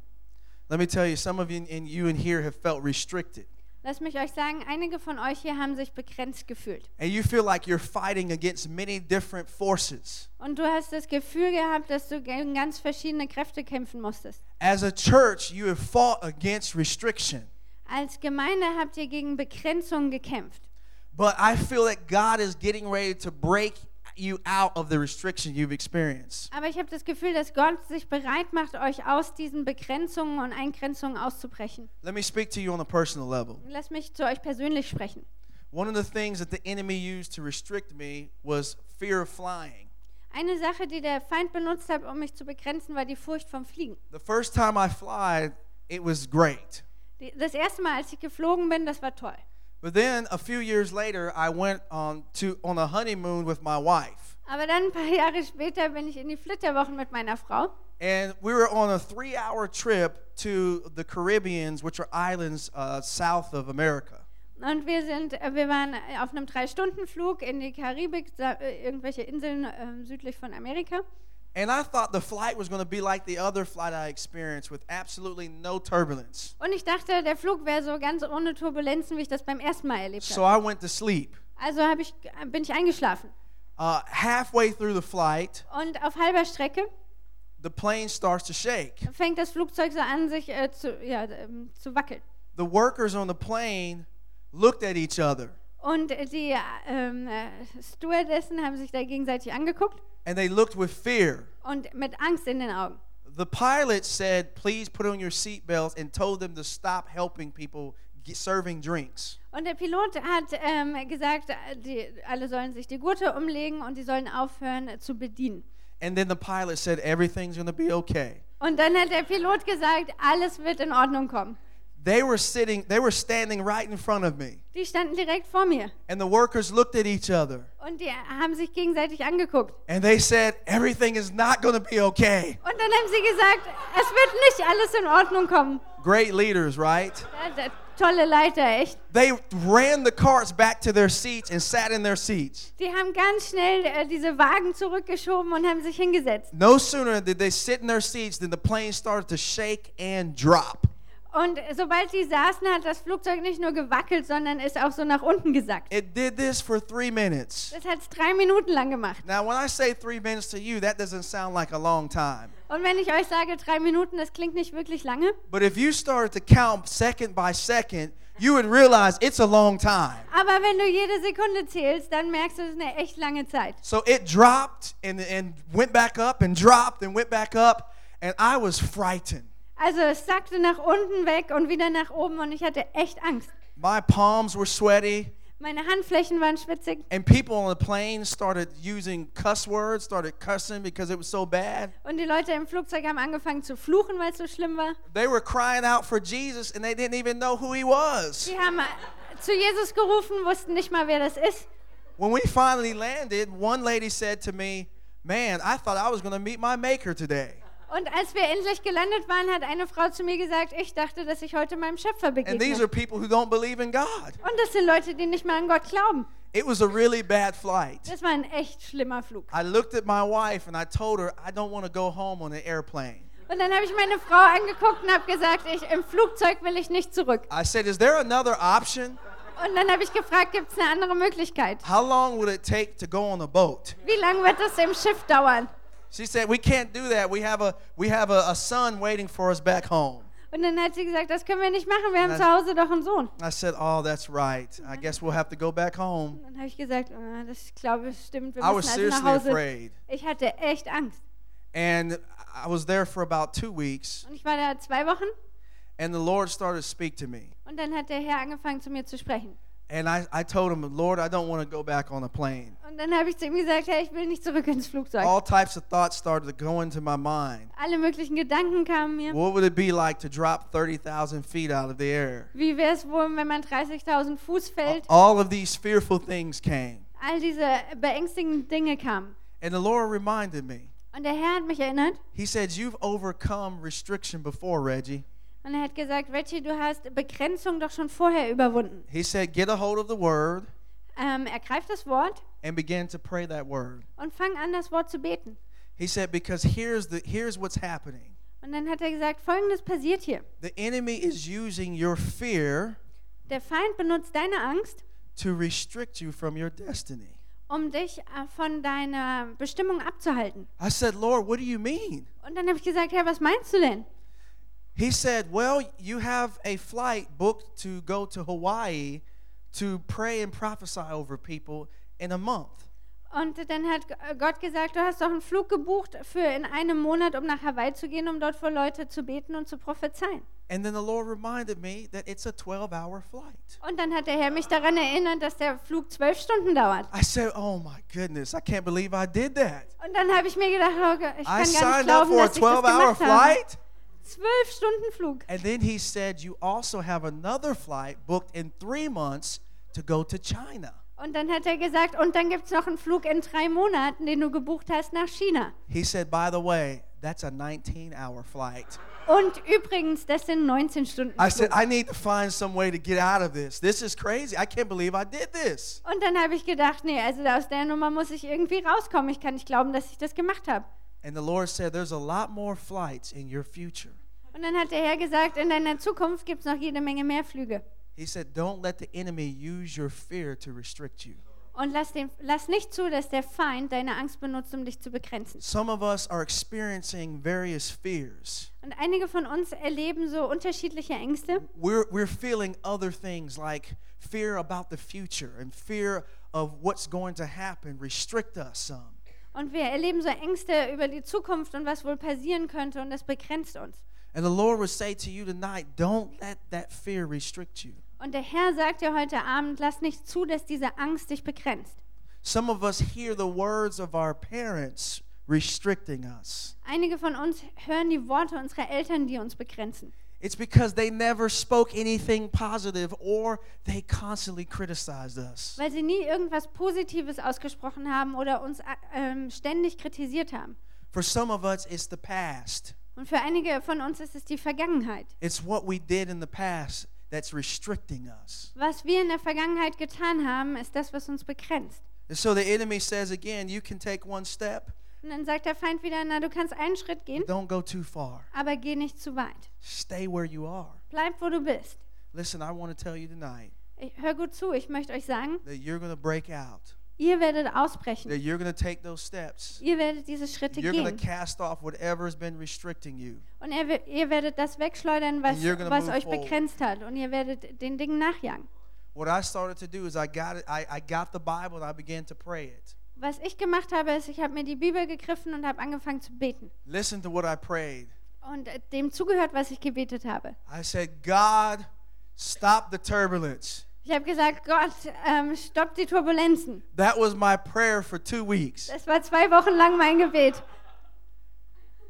S3: Let me tell you, some of you and you in here have felt restricted.
S2: Lass mich euch sagen, einige von euch hier haben sich begrenzt gefühlt.
S3: and you feel like you're fighting against many different forces.
S2: Und du hast das Gefühl gehabt, dass du gegen ganz verschiedene Kräfte kämpfen musstest.
S3: As a church, you have fought against restriction.
S2: Als Gemeinde habt ihr gegen Begrenzungen gekämpft.
S3: But I feel that God is getting ready to break you out of the restriction you've experienced.
S2: Aber ich habe das Gefühl, dass Gott sich bereit macht, euch aus diesen Begrenzungen und Eingrenzungen auszubrechen.
S3: Let me speak to you on a personal level.
S2: Und Lass mich zu euch persönlich sprechen.
S3: One of the things that the enemy used to restrict me was fear of flying.
S2: Eine Sache, die der Feind benutzt hat, um mich zu begrenzen, war die Furcht vom Fliegen.
S3: The first time I fly, it was great.
S2: Die, das erste Mal, als ich geflogen bin, das war toll.
S3: But then a few years later, I went on to on a honeymoon with my wife,
S2: Aber dann ein paar Jahre später bin ich in die Flitterwochen mit meiner Frau.
S3: and we were on a three-hour trip to the Caribbeans, which are islands uh, south of America.
S2: Und wir sind, äh, wir waren auf einem Drei-Stunden-Flug in die Karibik, sa- äh, irgendwelche Inseln ähm, südlich von Amerika.
S3: And I thought the flight was going to be like the other flight I experienced with absolutely no turbulence.
S2: Und ich dachte, der Flug wäre so ganz ohne Turbulenzen, wie ich das beim ersten Mal erlebt
S3: So
S2: habe.
S3: I went to sleep.
S2: Also hab ich, bin ich eingeschlafen.
S3: Uh, halfway through the flight,
S2: Und auf halber Strecke
S3: the plane starts to shake.
S2: fängt das Flugzeug so an, sich äh, zu, ja, ähm, zu wackeln.
S3: The workers on the plane looked at each other
S2: Und äh, die äh, ähm, äh, Stewardessen haben sich da gegenseitig angeguckt
S3: and they looked with fear.
S2: und mit Angst in den Augen.
S3: The pilot said, Please put on your seatbelts and told them to stop helping people get, serving drinks.
S2: Und der Pilot hat ähm, gesagt, äh, die, alle sollen sich die Gurte umlegen und die sollen aufhören äh, zu bedienen.
S3: And then the pilot said, Everything's going to be okay.
S2: Und dann hat der Pilot gesagt, alles wird in Ordnung kommen.
S3: They were sitting, they were standing right in front of me.
S2: Die standen direkt vor mir
S3: And the workers looked at each other
S2: und die haben sich gegenseitig angeguckt.
S3: and they said, Everything is not going to be okay.
S2: Und dann haben sie gesagt, es wird nicht alles in Ordnung kommen.
S3: Great leaders, right?
S2: Ja, da- Tolle Leiter, echt.
S3: They ran the carts back to their seats and sat in their seats.
S2: Die haben ganz schnell äh, diese Wagen zurückgeschoben und haben sich hingesetzt.
S3: No sooner did they sit in their seats than the plane started to shake and drop.
S2: Und sobald sie saßen, hat das Flugzeug nicht nur gewackelt, sondern ist auch so nach unten gesackt.
S3: It did this for three minutes.
S2: Das hat es drei Minuten lang gemacht.
S3: Now, when I say three minutes to you, that doesn't sound like a long time.
S2: Und wenn ich euch sage, drei Minuten, das klingt nicht wirklich lange.
S3: But if you started to count second by second, you would realize it's a long time.
S2: Aber wenn du jede Sekunde zählst, dann merkst du, es ist eine echt lange Zeit.
S3: So it dropped and, and went back up and dropped and went back up, and I was frightened.
S2: Also es sackte nach unten weg und wieder nach oben und ich hatte echt Angst.
S3: My palms were sweaty,
S2: Meine Handflächen waren schwitzig
S3: and people on the plane started using cuss words, started cussing because it was so bad.
S2: und die Leute im Flugzeug haben angefangen zu fluchen, weil es so schlimm war.
S3: They were crying out for Jesus, and they didn't even know who he was.
S2: Die haben äh, zu Jesus gerufen, wussten nicht mal, wer das ist.
S3: When we finally landed, one lady said to me, Man, I thought I was going to meet my maker today.
S2: Und als wir endlich gelandet waren, hat eine Frau zu mir gesagt, ich dachte, dass ich heute meinem Schöpfer
S3: And these
S2: begegne.
S3: are people who don't believe in God.
S2: Und das sind Leute, die nicht mal an Gott glauben.
S3: It was a really bad flight.
S2: Das war ein echt schlimmer Flug.
S3: I looked at my wife and I told her, I don't want to go home on an airplane.
S2: Und dann habe ich meine Frau angeguckt und habe gesagt, ich, im Flugzeug will ich nicht zurück.
S3: I said, Is there another option?
S2: Und dann habe ich gefragt, gibt es eine andere Möglichkeit?
S3: How long would it take to go on a boat?
S2: Wie lange wird das im Schiff dauern?
S3: She said, We can't do that. We have a, we have a, a son waiting for us back home.
S2: Und dann hat sie gesagt, das können wir nicht machen, wir haben
S3: Na-
S2: zu Hause doch einen Sohn.
S3: I said, Oh, that's right. I guess we'll have to go back home.
S2: Dann habe ich gesagt, ah, das glaube ich stimmt, wir
S3: I was
S2: müssen also nach
S3: seriously
S2: Hause.
S3: afraid.
S2: Ich hatte echt Angst.
S3: And I was there for about two weeks,
S2: Und ich war da zwei Wochen
S3: and the Lord started to speak to me.
S2: und dann hat der Herr angefangen zu mir zu sprechen.
S3: And I, I told him, Lord, I don't want to go back on a plane.
S2: Und dann habe ich zu ihm gesagt, Herr, ich will nicht zurück ins Flugzeug.
S3: All types of thoughts started to go into my mind.
S2: Alle möglichen Gedanken kamen mir.
S3: What would it be like to drop 30,000 feet out of the air?
S2: Wie wäre es wohl, wenn man 30.000 Fuß fällt?
S3: All of these fearful things came.
S2: All diese beängstigenden Dinge kamen.
S3: And the Lord reminded me.
S2: Und der Herr hat mich erinnert
S3: He said, You've overcome restriction before, Reggie.
S2: und er hat gesagt, Reggie, du hast Begrenzung doch schon vorher überwunden.
S3: He said, Get a hold of the word
S2: Ähm, ergreif das Wort
S3: and begin to pray that word.
S2: und fang an, das Wort zu beten.
S3: He said, Because here's, the, here's what's happening
S2: Und dann hat er gesagt, folgendes passiert hier.
S3: the enemy is using your fear
S2: Der Feind benutzt deine Angst,
S3: to restrict you from your destiny.
S2: um dich äh, von deiner Bestimmung abzuhalten.
S3: I said, Lord, what do you mean?
S2: Und dann habe ich gesagt, Herr, was meinst du denn?
S3: He said, Well, you have a flight booked to go to Hawaii to pray and prophesy over people in a month.
S2: Und dann hat äh, Gott gesagt, du hast doch einen Flug gebucht für in einem Monat, um nach Hawaii zu gehen, um dort vor Leute zu beten und zu prophezeien.
S3: And then the Lord reminded me that it's a 12 hour flight.
S2: Und dann hat der Herr mich daran erinnert, dass der Flug zwölf Stunden dauert.
S3: I said, Oh my goodness, I can't believe I did that.
S2: Und dann habe ich mir gedacht, oh, Gott, ich
S3: I
S2: kann gar nicht
S3: signed up
S2: glauben,
S3: for a
S2: dass ich
S3: 12
S2: das
S3: hour
S2: gemacht habe.
S3: flight.
S2: Zwölf Stunden Flug.
S3: And then he said, You also have another flight booked in three months to go to China.
S2: Und dann hat er gesagt, und dann gibt es noch einen Flug in drei Monaten, den du gebucht hast nach China.
S3: He said, By the way, that's a 19 hour flight.
S2: Und übrigens, das sind 19 Stunden.
S3: I said, I need to find some way to get out of this. This is crazy. I can't believe I did this.
S2: Und dann habe ich gedacht, nee, also aus der Nummer muss ich irgendwie rauskommen. Ich kann nicht glauben, dass ich das gemacht habe.
S3: And the Lord said, There's a lot more flights in your future.
S2: Und dann hat der Herr gesagt, in deiner Zukunft gibt es noch jede Menge mehr Flüge.
S3: He said, Don't let the enemy use your fear to restrict you.
S2: Und lass, den, lass nicht zu, dass der Feind deine Angst benutzt, um dich zu begrenzen.
S3: Some of us are experiencing various fears.
S2: Und einige von uns erleben so unterschiedliche Ängste.
S3: We're, we're feeling other things like fear about the future and fear of what's going to happen restrict us some.
S2: Und wir erleben so Ängste über die Zukunft und was wohl passieren könnte. Und das begrenzt uns.
S3: And the Lord would say to you tonight, Don't let that fear restrict you.
S2: Und der Herr sagt dir heute Abend, lass nicht zu, dass diese Angst dich begrenzt.
S3: Some of us hear the words of our parents restricting us.
S2: Einige von uns hören die Worte unserer Eltern, die uns begrenzen.
S3: It's because they never spoke anything positive or they constantly criticized us.
S2: weil sie nie irgendwas Positives ausgesprochen haben oder uns äh, ähm, ständig kritisiert haben.
S3: For some of us, it's the past.
S2: Und für einige von uns ist es die Vergangenheit.
S3: It's what we did in the past that's restricting us.
S2: Was wir in der Vergangenheit getan haben, ist das, was uns begrenzt.
S3: And so the enemy says again, you can take one step,
S2: Und dann sagt der Feind wieder, na, du kannst einen Schritt gehen,
S3: but don't go too far.
S2: aber geh nicht zu weit.
S3: Stay where you are.
S2: Bleib, wo du bist.
S3: Listen, I want to tell you tonight
S2: Ich, hör gut zu, ich möchte euch sagen,
S3: that you're going to break out,
S2: ihr werdet ausbrechen.
S3: that you're going to take those steps.
S2: Ihr werdet diese Schritte
S3: You're going
S2: gehen.
S3: to cast off whatever has been restricting you.
S2: Und ihr, we- ihr werdet das wegschleudern, was,
S3: And you're gonna
S2: was
S3: move
S2: euch
S3: forward.
S2: begrenzt hat. Und ihr werdet den Dingen nachjagen.
S3: What I started to do is I got it, I, I got the Bible and I began to pray it.
S2: Was ich gemacht habe, ist, ich habe mir die Bibel gegriffen und habe angefangen zu beten.
S3: Listen to what I prayed.
S2: Und äh, dem zugehört, was ich gebetet habe.
S3: I said, God, stop the turbulence.
S2: Ich habe gesagt, Gott, ähm, stopp die Turbulenzen.
S3: That was my prayer for two weeks.
S2: Das war zwei Wochen lang mein Gebet.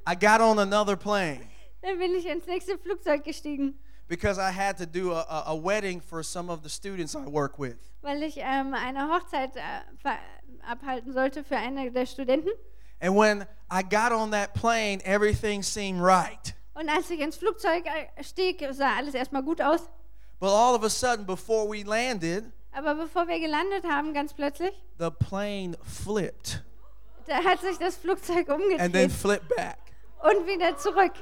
S3: I got on another plane
S2: Dann bin ich ins nächste Flugzeug gestiegen,
S3: because I had to do a, a, a wedding for some of the students I work with.
S2: weil ich ähm, eine Hochzeit äh, ver- abhalten sollte für einen der Studenten.
S3: And when I got on that plane, everything seemed right.
S2: Und als ich ins Flugzeug äh, stieg, sah alles erstmal gut aus.
S3: But all of a sudden, before we landed,
S2: Aber bevor wir gelandet haben, ganz plötzlich,
S3: the plane flipped
S2: da hat sich das Flugzeug
S3: and then
S2: umgedreht
S3: flipped back.
S2: und wieder zurück.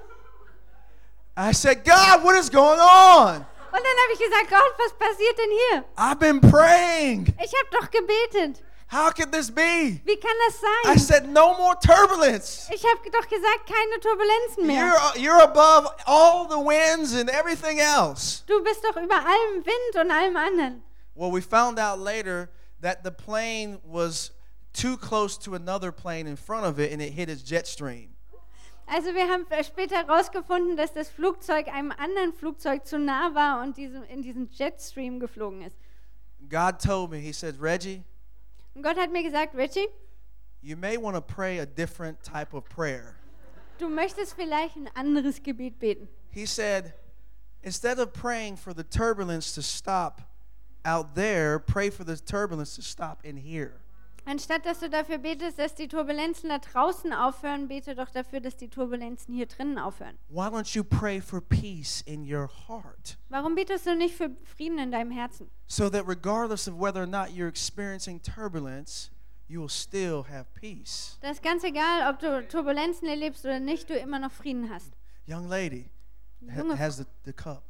S3: I said, God, what is going on?
S2: Und dann habe ich gesagt, Gott, was passiert denn hier?
S3: I've been praying.
S2: Ich habe doch gebetet.
S3: How could this be?
S2: Wie kann das sein?
S3: I said, no more turbulence.
S2: Ich habe doch gesagt, keine Turbulenzen
S3: You're,
S2: mehr.
S3: you're above all the winds and everything else.
S2: Du bist doch über allem Wind und allem anderen.
S3: Well, we found out later that the plane was too close to another plane in front of it and it hit its jet stream.
S2: Also wir haben später herausgefunden, dass das Flugzeug einem anderen Flugzeug zu nah war und diesem, in diesen Jetstream geflogen ist.
S3: God told me, He said, Reggie,
S2: Und Gott hat mir gesagt, Richie,
S3: you may want to pray a different type of prayer.
S2: du möchtest vielleicht ein anderes Gebet beten.
S3: He said, instead of praying for the turbulence to stop out there, pray for the turbulence to stop in here.
S2: Anstatt dass du dafür betest, dass die Turbulenzen da draußen aufhören, bete doch dafür, dass die Turbulenzen hier drinnen aufhören.
S3: Why don't you pray for peace in your heart?
S2: Warum betest du nicht für Frieden in deinem Herzen?
S3: So that regardless of whether or not you're experiencing turbulence, you will still have peace.
S2: Das ist ganz egal, ob du Turbulenzen erlebst oder nicht, du immer noch Frieden hast.
S3: Young lady ha-
S2: Junge
S3: has the, the cup.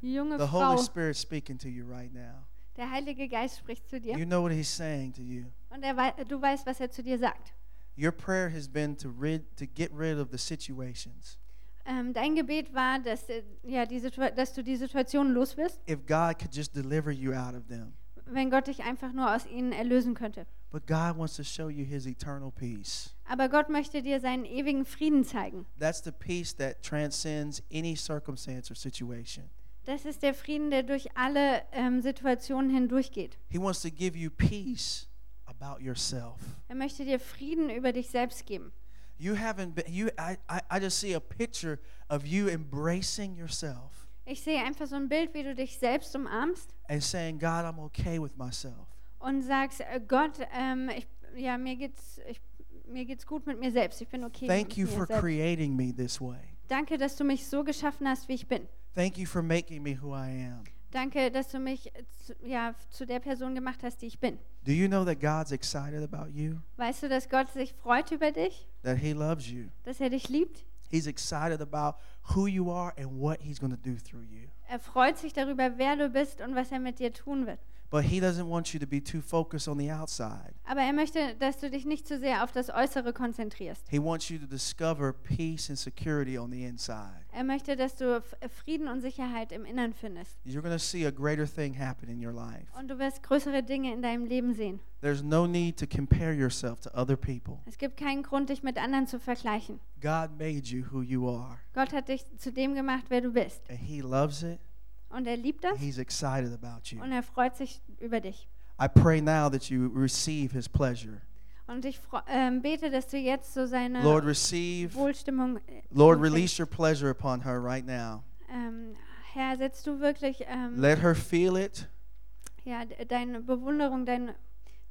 S2: junge
S3: The
S2: Frau,
S3: Holy Spirit speaking to you right now.
S2: der Heilige Geist spricht zu dir
S3: You know what He's saying to you.
S2: und er wei du weißt, was er zu dir sagt.
S3: Your prayer has been to rid to get rid of the situations.
S2: Ähm, dein Gebet war, dass, äh, ja, die Situa- dass du die Situation los wirst,
S3: If God could just deliver you out of them.
S2: wenn Gott dich einfach nur aus ihnen erlösen könnte.
S3: But God wants to show you His eternal peace.
S2: Aber Gott möchte dir seinen ewigen Frieden zeigen.
S3: That's the peace that transcends any circumstance or situation.
S2: Das ist der Frieden, der durch alle ähm, Situationen hindurchgeht.
S3: He wants to give you peace about yourself.
S2: Er möchte dir Frieden über dich selbst geben.
S3: You haven't been, you, I, I, I just see a picture of you embracing yourself
S2: Ich sehe einfach so ein Bild, wie du dich selbst umarmst
S3: and saying, God, I'm okay with myself.
S2: und sagst, äh, Gott, ähm, ich, ja, mir geht's, ich, mir geht's gut mit mir selbst. Ich bin okay.
S3: Thank
S2: mit
S3: you
S2: mir
S3: for
S2: selbst.
S3: creating me this way.
S2: Danke, dass du mich so geschaffen hast, wie ich bin.
S3: Thank you for making me who I am.
S2: Danke, dass du mich äh, zu, ja, zu der Person gemacht hast, die ich bin.
S3: Do you know that God's excited about you?
S2: Weißt du, dass Gott sich freut über dich,
S3: That He loves you?
S2: dass er dich liebt?
S3: He's excited about who you are and what He's going to do through you.
S2: Er freut sich darüber, wer du bist und was er mit dir tun wird.
S3: But He doesn't want you to be too focused on the outside.
S2: Aber er möchte, dass du dich nicht zu sehr auf das Äußere konzentrierst.
S3: He wants you to discover peace and security on the inside.
S2: Er möchte, dass du F- Frieden und Sicherheit im Innern findest.
S3: You're going to see a greater thing happen in your life.
S2: Und du wirst größere Dinge in deinem Leben sehen.
S3: There's no need to compare yourself to other people.
S2: Es gibt keinen Grund, dich mit anderen zu vergleichen.
S3: God made you who you are,
S2: Gott hat dich zu dem gemacht, wer du bist.
S3: and He loves it.
S2: Und er liebt
S3: and
S2: das
S3: He's excited about you.
S2: und er freut sich über dich.
S3: I pray now that you receive His pleasure.
S2: Und ich fro- ähm, bete, dass du jetzt so seine
S3: Lord, receive.
S2: Wohlstimmung. äh,
S3: Lord,
S2: empfängst.
S3: release your pleasure upon her right now.
S2: Ähm, Herr, setzt du wirklich ähm,
S3: Let her feel it.
S2: ja, de- deine Bewunderung, dein,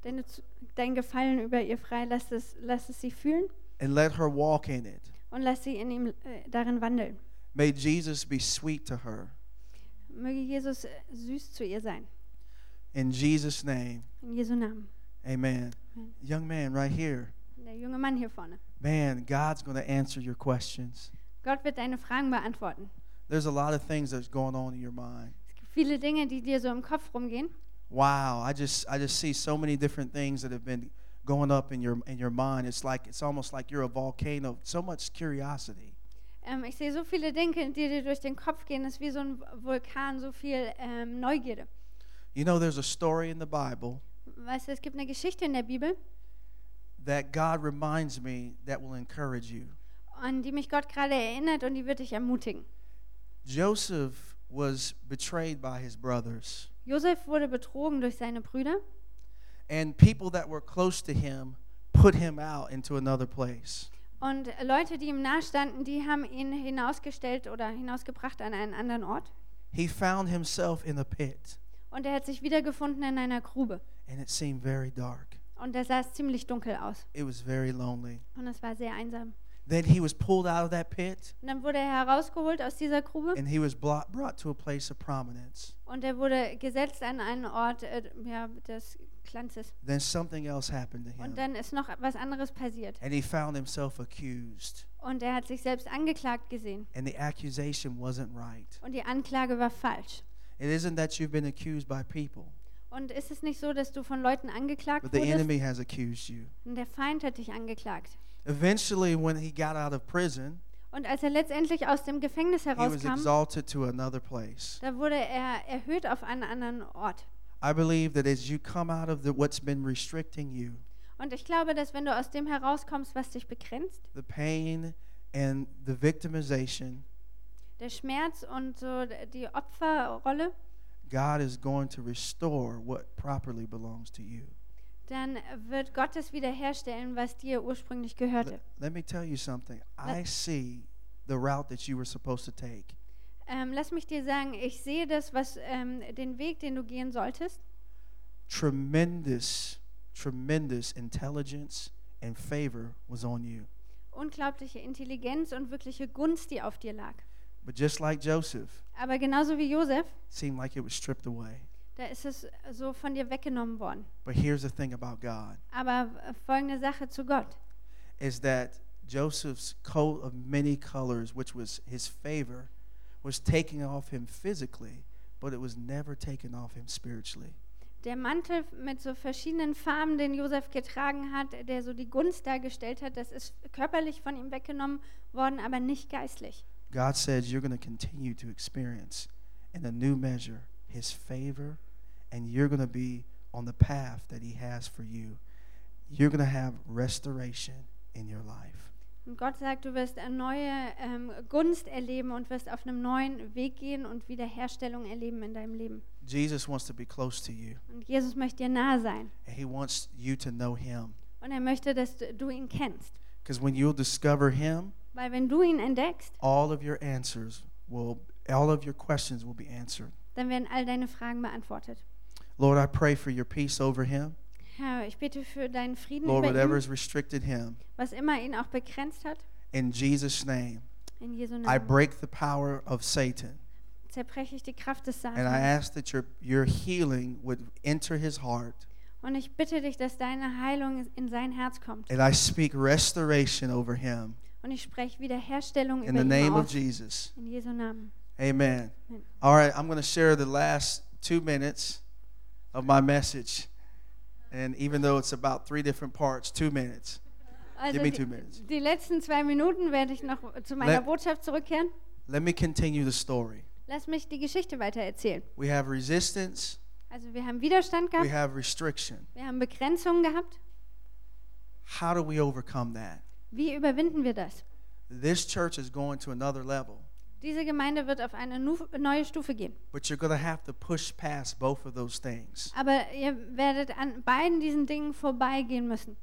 S2: deine, Zu- dein Gefallen über ihr frei. Lass es, lass es sie fühlen
S3: and let her walk in it.
S2: und lass sie in ihm äh, darin wandeln.
S3: May Jesus be sweet to her.
S2: Möge Jesus äh, süß zu ihr sein.
S3: In Jesus' name,
S2: In Jesu Namen.
S3: amen.
S2: Amen.
S3: Young man, right here.
S2: Der junge Mann hier vorne.
S3: Man, God's going to answer your questions.
S2: Gott wird deine Fragen beantworten.
S3: There's a lot of things that's going on in your mind.
S2: Es gibt viele Dinge, die dir so im Kopf rumgehen.
S3: Wow, I just I just see so many different things that have been going up in your in your mind. It's like it's almost like you're a volcano. So much curiosity.
S2: Ähm, ich sehe so viele Dinge, die dir durch den Kopf gehen. Es ist wie so ein Vulkan, so viel ähm, Neugierde.
S3: You know, there's a story in the Bible
S2: Weißt du, es gibt eine Geschichte in der Bibel,
S3: that God reminds me that will encourage you.
S2: an die mich Gott gerade erinnert und die wird dich ermutigen.
S3: Joseph was betrayed by his brothers.
S2: Josef wurde betrogen durch seine Brüder
S3: and people that were close to him put him out into another place.
S2: und Leute, die ihm nahestanden, die haben ihn hinausgestellt oder hinausgebracht an einen anderen Ort.
S3: He found himself in a pit,
S2: Und er hat sich wiedergefunden in einer Grube.
S3: and it seemed very dark.
S2: Und da sah es ziemlich dunkel aus.
S3: It was very lonely.
S2: Und es war sehr einsam.
S3: Then he was pulled out of that pit,
S2: Und dann wurde er herausgeholt aus dieser Grube
S3: and he was blo- brought to a place of prominence.
S2: und er wurde gesetzt an einen Ort äh, ja, des Glanzes.
S3: Then something else happened to
S2: Und
S3: him,
S2: dann ist noch was anderes passiert.
S3: and he found himself accused,
S2: Und er hat sich selbst angeklagt gesehen.
S3: and the accusation wasn't right.
S2: Und die Anklage war falsch.
S3: It isn't that you've been accused by people,
S2: Und ist es nicht so, dass du von Leuten angeklagt
S3: but the
S2: wurdest?
S3: enemy has accused you.
S2: Und der Feind hat dich angeklagt.
S3: Eventually, when he got out of prison,
S2: Und als er letztendlich aus dem Gefängnis
S3: he was
S2: herauskam,
S3: exalted to another place.
S2: da wurde er erhöht auf einen anderen Ort.
S3: I believe that as you come out of the, what's been restricting you,
S2: Und ich glaube, dass wenn du aus dem herauskommst, was dich begrenzt,
S3: the pain and the victimization,
S2: der Schmerz und so d- die Opferrolle,
S3: God is going to restore what properly belongs to you.
S2: dann wird Gott es wiederherstellen, was dir ursprünglich
S3: L-
S2: gehörte.
S3: let me tell you something. I see the route that you were supposed to take,
S2: Ähm, lass mich dir sagen, ich sehe das, was ähm, den Weg, den du gehen solltest,
S3: tremendous, tremendous intelligence and favor was on you.
S2: unglaubliche Intelligenz und wirkliche Gunst, die auf dir lag.
S3: But just like Joseph,
S2: Aber genauso wie Josef,
S3: seemed like it was stripped away.
S2: da ist es so von dir weggenommen worden.
S3: But here's the thing about God
S2: Aber äh, folgende Sache zu Gott.
S3: is that Joseph's coat of many colors, which was his favor, was taken off him physically, but it was never taken off him spiritually.
S2: Der Mantel mit so verschiedenen Farben, den Josef getragen hat, der so die Gunst dargestellt hat, das ist körperlich von ihm weggenommen worden, aber nicht geistlich.
S3: God says you're going to continue to experience in a new measure his favor and you're going to be on the path that he has for you. You're going to have restoration in your life.
S2: Und Gott sagt, du wirst eine neue ähm, Gunst erleben und wirst auf einem neuen Weg gehen und Wiederherstellung erleben in deinem Leben.
S3: Jesus wants to be close to you
S2: Und Jesus möchte dir nahe sein.
S3: and he wants you to know him
S2: Und er möchte, dass du, du ihn kennst.
S3: because when you'll discover him,
S2: Weil wenn du ihn entdeckst,
S3: all of your answers will all of your questions will be answered.
S2: dann werden all deine Fragen beantwortet.
S3: Lord, I pray for your peace over him.
S2: Herr, ich bete für deinen Frieden
S3: Lord, whatever
S2: über ihn,
S3: has restricted him,
S2: was immer ihn auch begrenzt hat.
S3: in Jesus' name,
S2: In Jesu
S3: I
S2: Namen
S3: break the power of Satan.
S2: zerbreche ich die Kraft des
S3: And I
S2: Satans.
S3: ask that your, your healing would enter his heart.
S2: Und ich bitte dich, dass deine Heilung in sein Herz kommt.
S3: And I speak restoration over him
S2: Und ich spreche Wiederherstellung
S3: in
S2: über
S3: the
S2: ihn
S3: name of
S2: aus.
S3: Jesus.
S2: In Jesu Namen.
S3: Amen.
S2: Amen.
S3: All right, I'm going to share the last two minutes of my message. And even though it's about three different parts, two minutes.
S2: Also
S3: Give me
S2: die-
S3: two minutes.
S2: Die letzten zwei Minuten werde ich noch zu meiner
S3: Let-
S2: Botschaft zurückkehren.
S3: Let me continue the story.
S2: Lass mich die Geschichte weiter erzählen.
S3: We have resistance,
S2: Also wir haben Widerstand
S3: we
S2: gehabt,
S3: have restriction.
S2: wir haben Begrenzungen gehabt.
S3: How do we overcome that?
S2: Wie überwinden wir das?
S3: This church is going to another level,
S2: Diese Gemeinde wird auf eine nu- neue Stufe gehen.
S3: but you're going to have to push past both of those things.
S2: Aber ihr werdet an beiden diesen Dingen vorbeigehen müssen.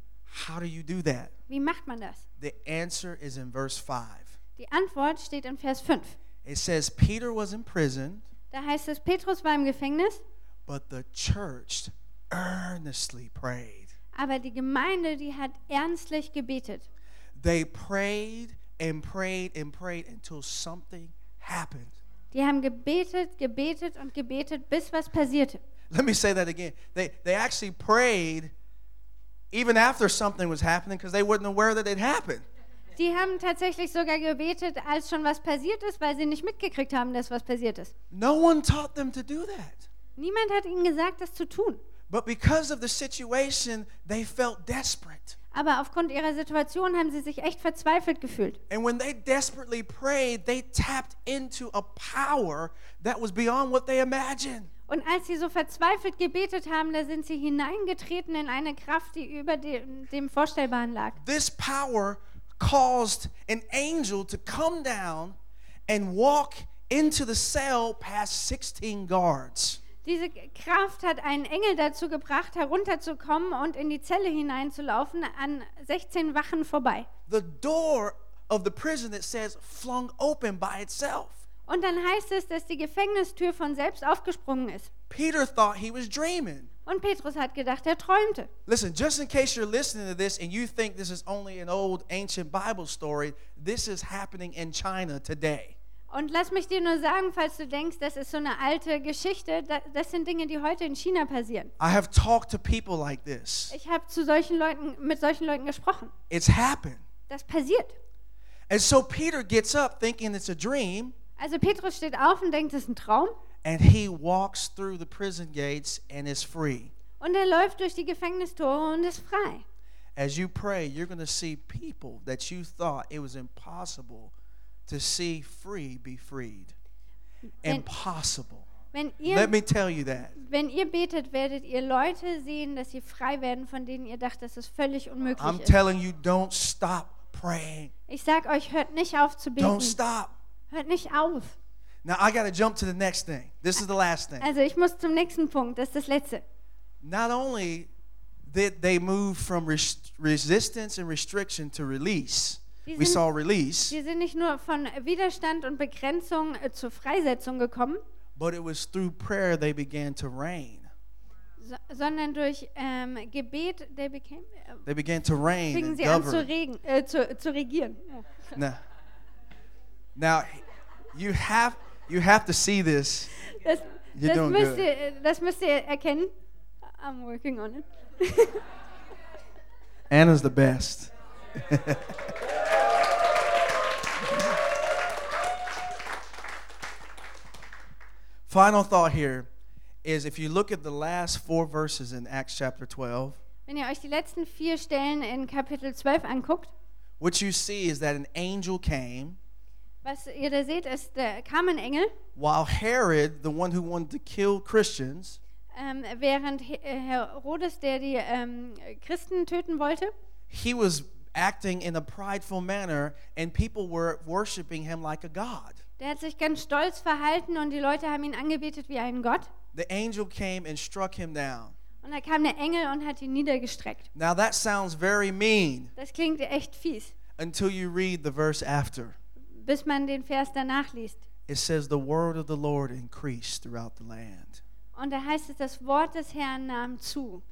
S3: How do you do that?
S2: Wie macht man das?
S3: The answer is in verse 5.
S2: Die Antwort steht in Vers 5.
S3: It says, Peter was in prison,
S2: Da heißt es, Petrus war im Gefängnis,
S3: but the church earnestly prayed.
S2: aber die Gemeinde, die hat ernstlich gebetet.
S3: They prayed and prayed and prayed until something happened.
S2: Die haben gebetet, gebetet und gebetet, bis was passierte.
S3: Let me say that again. They, they actually prayed even after something was happening because they weren't aware that it happened.
S2: Die haben tatsächlich sogar gebetet, als schon was passiert ist, weil sie nicht mitgekriegt haben, dass was passiert ist.
S3: No one taught them to do that.
S2: Niemand hat ihnen gesagt, das zu tun.
S3: But because of the situation, they felt desperate.
S2: Aber aufgrund ihrer Situation haben sie sich echt verzweifelt gefühlt.
S3: And when they desperately prayed, they tapped into a power that was beyond what they imagined.
S2: Und als sie so verzweifelt gebetet haben, da sind sie hineingetreten in eine Kraft, die über dem, dem Vorstellbaren lag.
S3: This power caused an angel to come down and walk into the cell past 16 guards.
S2: Diese Kraft hat einen Engel dazu gebracht, herunterzukommen und in die Zelle hineinzulaufen, an 16 Wachen vorbei.
S3: The door of the prison, it says, flung open by itself.
S2: Und dann heißt es, dass die Gefängnistür von selbst aufgesprungen ist.
S3: Peter thought he was dreaming.
S2: Und Petrus hat gedacht, er träumte.
S3: Listen, just in case you're listening to this and you think this is only an old ancient Bible story, this is happening in China today.
S2: Und lass mich dir nur sagen, falls du denkst, das ist so eine alte Geschichte, da- das sind Dinge, die heute in China passieren.
S3: I have talked to people like this.
S2: Ich habe zu solchen Leuten mit solchen Leuten gesprochen.
S3: It's happened.
S2: Das passiert.
S3: And so Peter gets up thinking it's a dream,
S2: Also Petrus steht auf und denkt, das ist ein Traum
S3: and he walks through the prison gates and is free.
S2: und er läuft durch die Gefängnistore und ist frei.
S3: As you pray, you're going to see people that you thought it was impossible to see free be freed.
S2: And-
S3: Impossible.
S2: Wenn
S3: Let
S2: ihr,
S3: me tell you that.
S2: wenn ihr betet, werdet ihr Leute sehen, dass sie frei werden, von denen ihr dacht, dass es völlig
S3: I'm
S2: unmöglich ist.
S3: telling you, don't stop praying.
S2: Ich sag euch, hört nicht auf zu
S3: Don't
S2: beten.
S3: stop.
S2: Hört nicht auf.
S3: Now, I got to jump to the next thing. This is the last thing.
S2: Also ich muss zum nächsten Punkt, das ist das letzte.
S3: not only did they move from res- resistance and restriction to release, we
S2: Isn't-
S3: saw release,
S2: Wir sind nicht nur von Widerstand und Begrenzung äh, zur Freisetzung gekommen,
S3: but it was through prayer they began to reign.
S2: so, sondern durch ähm, Gebet, they became, äh,
S3: They began to reign
S2: fingen
S3: and
S2: sie an zu,
S3: govern.
S2: regen, äh, zu, zu regieren. Ja.
S3: Now, now, you have you have to see this.
S2: Das,
S3: You're
S2: das,
S3: doing
S2: müsst
S3: good.
S2: ihr, äh, das müsst ihr erkennen. I'm working on it.
S3: Anna's the best. Final thought here is if you look at the last four verses in Acts chapter 12,
S2: Wenn ihr euch die letzten vier Stellen in Kapitel 12 anguckt,
S3: what you see is that an angel came
S2: was ihr da seht, ist, da kam ein Engel,
S3: while Herod, the one who wanted to kill Christians,
S2: ähm, während He- äh, Herodes, der die ähm, Christen töten wollte,
S3: he was acting in a prideful manner and people were worshiping him like a god.
S2: der hat sich ganz stolz verhalten und die Leute haben ihn angebetet wie einen Gott.
S3: The angel came and struck him down.
S2: Und da kam der Engel und hat ihn niedergestreckt.
S3: Now that sounds very mean
S2: Das klingt echt fies,
S3: until you read the verse after.
S2: bis man den Vers danach liest.
S3: It says the word of the Lord increased throughout the land.
S2: Und da heißt es, das Wort des Herrn nahm zu.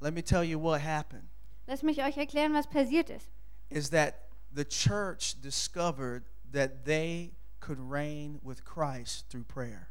S3: Let me tell you what happened.
S2: Lass mich euch erklären, was passiert ist.
S3: is that the church discovered that they could reign with Christ through prayer.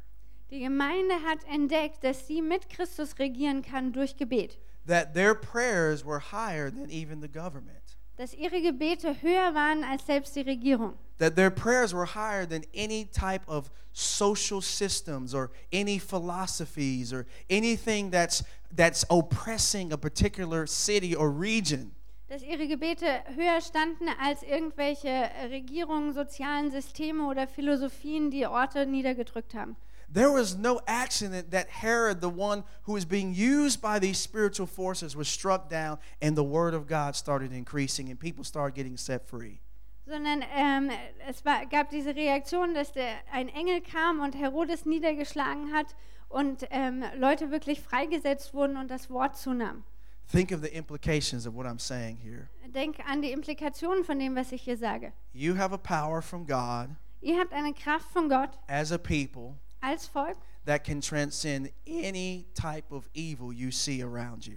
S2: Die Gemeinde hat entdeckt, dass sie mit Christus regieren kann durch Gebet.
S3: That their prayers were higher than even the government.
S2: Dass ihre Gebete höher waren als selbst die Regierung.
S3: That their prayers were higher than any type of social systems or any philosophies or anything that's that's oppressing a particular city or region.
S2: Dass ihre Gebete höher standen als irgendwelche äh, Regierungen, sozialen Systeme oder Philosophien, die Orte niedergedrückt haben.
S3: There was no accident that Herod, the one who was being used by these spiritual forces, was struck down, and the word of God started increasing, and people started getting set free.
S2: Sondern ähm, es war, gab diese Reaktion, dass der, ein Engel kam und Herodes niedergeschlagen hat und ähm, Leute wirklich freigesetzt wurden und das Wort zunahm.
S3: Think of the implications of what I'm saying here.
S2: Denk an die Implikationen von dem, was ich hier sage.
S3: You have a power from God
S2: Ihr habt eine Kraft von Gott
S3: as a people
S2: als Volk,
S3: that can transcend any type of evil you see around you.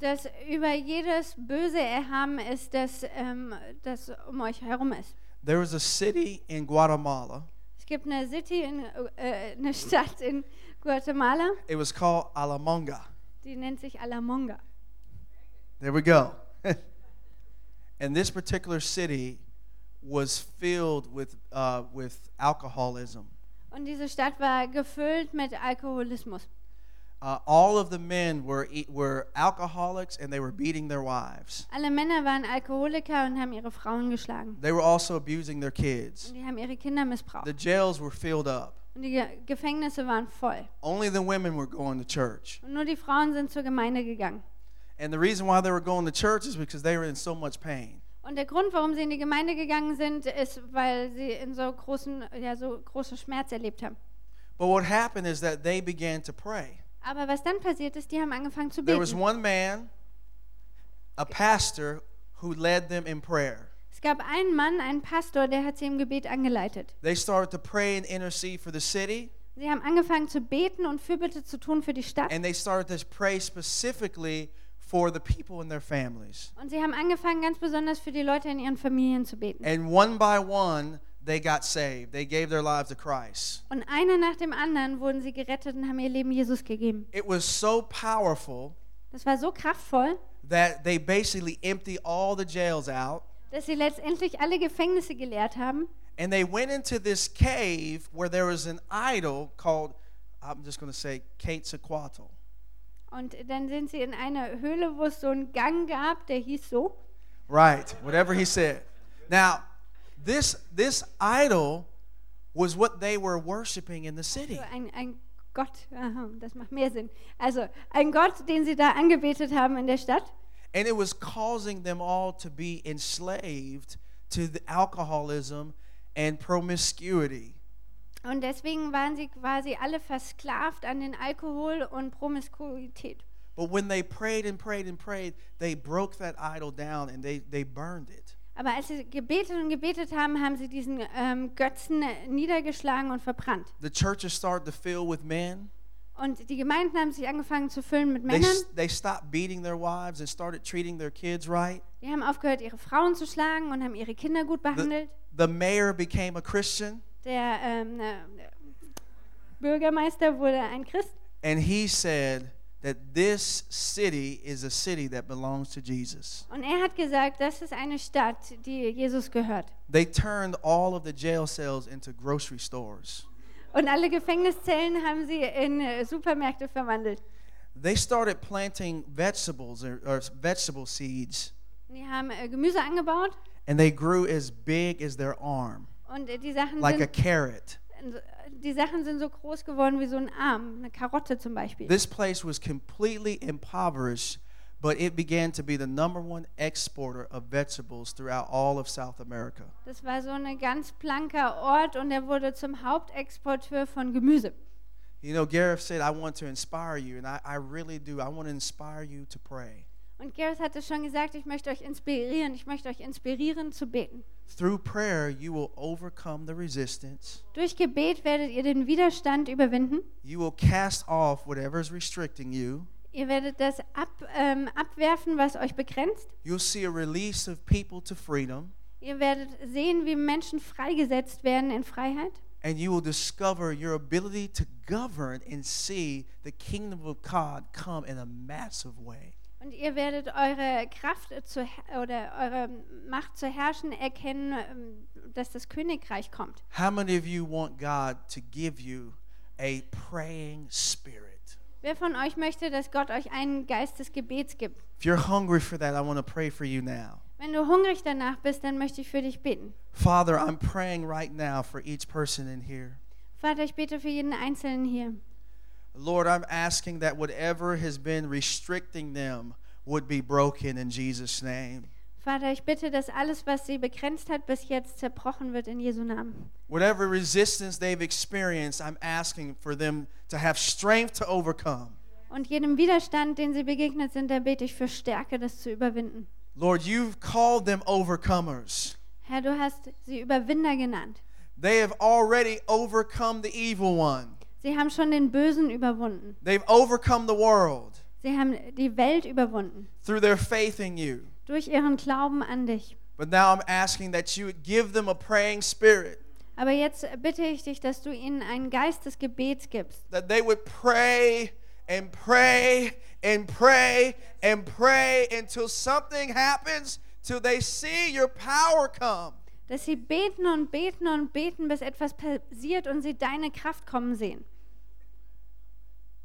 S2: das über jedes Böse erhaben ist, das, ähm, das um euch herum ist.
S3: There was a city in Guatemala.
S2: Es gibt eine City, in, äh, eine Stadt in Guatemala,
S3: It was called Alamonga.
S2: die nennt sich Alamonga.
S3: There we go. and this particular city was filled with, uh, with alcoholism.
S2: Und diese Stadt war gefüllt mit Alkoholismus.
S3: Uh, all of the men were, e- were alcoholics and they were beating their wives.
S2: Alle Männer waren Alkoholiker und haben ihre Frauen geschlagen.
S3: They were also abusing their kids.
S2: Und die haben ihre Kinder
S3: The
S2: missbraucht.
S3: jails were filled up.
S2: Und die Ge Gefängnisse waren voll.
S3: Only the women were going to church.
S2: Und nur die Frauen sind zur Gemeinde gegangen.
S3: And the reason why they were going to church is because they were in so much pain.
S2: Und der Grund, warum sie in die Gemeinde gegangen sind, ist, weil sie in so großen, ja, so großen Schmerz erlebt haben.
S3: But what happened is that they began to pray.
S2: Aber was dann passiert ist, die haben angefangen zu
S3: There was
S2: beten.
S3: one man, a pastor, who led them in prayer.
S2: Es gab einen Mann, einen Pastor, der hat sie im Gebet angeleitet.
S3: They started to pray and intercede for the city,
S2: Sie haben angefangen zu beten und Fürbitte zu tun für die Stadt.
S3: and they started to pray specifically for the people and their families.
S2: Und sie haben angefangen, ganz besonders für die Leute in ihren Familien zu beten.
S3: And one by one, they got saved. They gave their lives to Christ.
S2: Und einer nach dem anderen wurden sie gerettet und haben ihr Leben Jesus gegeben.
S3: It was so powerful
S2: Das war so kraftvoll,
S3: that they basically emptied all the jails out
S2: dass sie letztendlich alle Gefängnisse geleert haben.
S3: and they went into this cave where there was an idol called, I'm just going to say, Quetzalcoatl.
S2: Und dann sind sie in eine Höhle, wo es so einen Gang gab, der hieß so.
S3: Right, whatever he said. Now, this this idol was what they were worshiping in the city.
S2: So ein, ein Gott, aha, das macht mehr Sinn. Also ein Gott, den sie da angebetet haben in der Stadt.
S3: And it was causing them all to be enslaved to the alcoholism and promiscuity.
S2: Und deswegen waren sie quasi alle versklavt an den Alkohol und Promiskuität.
S3: But when they prayed and prayed and prayed, they broke that idol down and they, they burned it.
S2: Aber als sie gebetet und gebetet haben, haben sie diesen ähm, Götzen äh, niedergeschlagen und verbrannt.
S3: The churches started to fill with men.
S2: Und die Gemeinden haben sich angefangen zu füllen mit
S3: They,
S2: Männern.
S3: s- they stopped beating their wives and started treating their kids right.
S2: Die haben aufgehört, ihre Frauen zu schlagen und haben ihre Kinder gut behandelt.
S3: The mayor became a Christian
S2: Der ähm, äh, Bürgermeister wurde ein Christ
S3: and he said that this city is a city that belongs to Jesus.
S2: und er hat gesagt, das ist eine Stadt, die Jesus gehört.
S3: They turned all of the jail cells into grocery stores.
S2: Und alle Gefängniszellen haben sie in äh, Supermärkte verwandelt.
S3: They started planting vegetables or, or vegetable seeds,
S2: Und Die haben äh, Gemüse angebaut
S3: and they grew as big as their arm,
S2: und äh, die Sachen,
S3: like a
S2: sind,
S3: carrot.
S2: die Sachen sind so groß geworden wie so ein Arm, eine Karotte zum Beispiel.
S3: This place was completely impoverished, but it began to be the number one exporter of vegetables throughout all of South America.
S2: Das war so ein ganz blanker Ort und er wurde zum Hauptexporteur von Gemüse.
S3: You know, Gareth said, I want to inspire you, and I, I really do. I want to inspire you to pray.
S2: Und Gareth hat es schon gesagt, ich möchte euch inspirieren, ich möchte euch inspirieren zu beten.
S3: Through prayer, you will overcome the resistance.
S2: Durch Gebet werdet ihr den Widerstand überwinden.
S3: You will cast off whatever is restricting you.
S2: Ihr werdet das ab, ähm, abwerfen, was euch begrenzt.
S3: You'll see a release of people to freedom,
S2: Ihr werdet sehen, wie Menschen freigesetzt werden in Freiheit.
S3: and you will discover your ability to govern and see the kingdom of God come in a massive way.
S2: Und ihr werdet eure Kraft zu, he- oder eure Macht zu herrschen erkennen, ähm, dass das Königreich kommt.
S3: How many of you want God to give you a praying spirit?
S2: Wer von euch möchte, dass Gott euch einen Geist des Gebets gibt?
S3: If you're hungry for that, I want to pray for you now.
S2: Wenn du hungrig danach bist, dann möchte ich für dich beten.
S3: Father, I'm praying right now for each person in here.
S2: Vater, ich bete für jeden Einzelnen hier.
S3: Lord, I'm asking that whatever has been restricting them would be broken in Jesus' name.
S2: Vater, ich bitte, dass alles, was sie begrenzt hat, bis jetzt zerbrochen wird in Jesu Namen.
S3: Whatever resistance they've experienced, I'm asking for them to have strength to overcome.
S2: Und jedem Widerstand, den sie begegnet sind, da bete ich für Stärke, das zu überwinden.
S3: Lord, you've called them overcomers.
S2: Herr, du hast sie Überwinder genannt.
S3: They have already overcome the evil one,
S2: Sie haben schon den Bösen überwunden.
S3: they've overcome the world
S2: Sie haben die Welt überwunden
S3: through their faith in you.
S2: durch ihren Glauben an dich.
S3: But now I'm asking that you would give them a praying spirit,
S2: Aber jetzt bitte ich dich, dass du ihnen einen Geist des Gebets gibst,
S3: that they would pray and pray and pray and pray until something happens, till they see your power come.
S2: dass sie beten und beten und beten, bis etwas passiert und sie deine Kraft kommen sehen.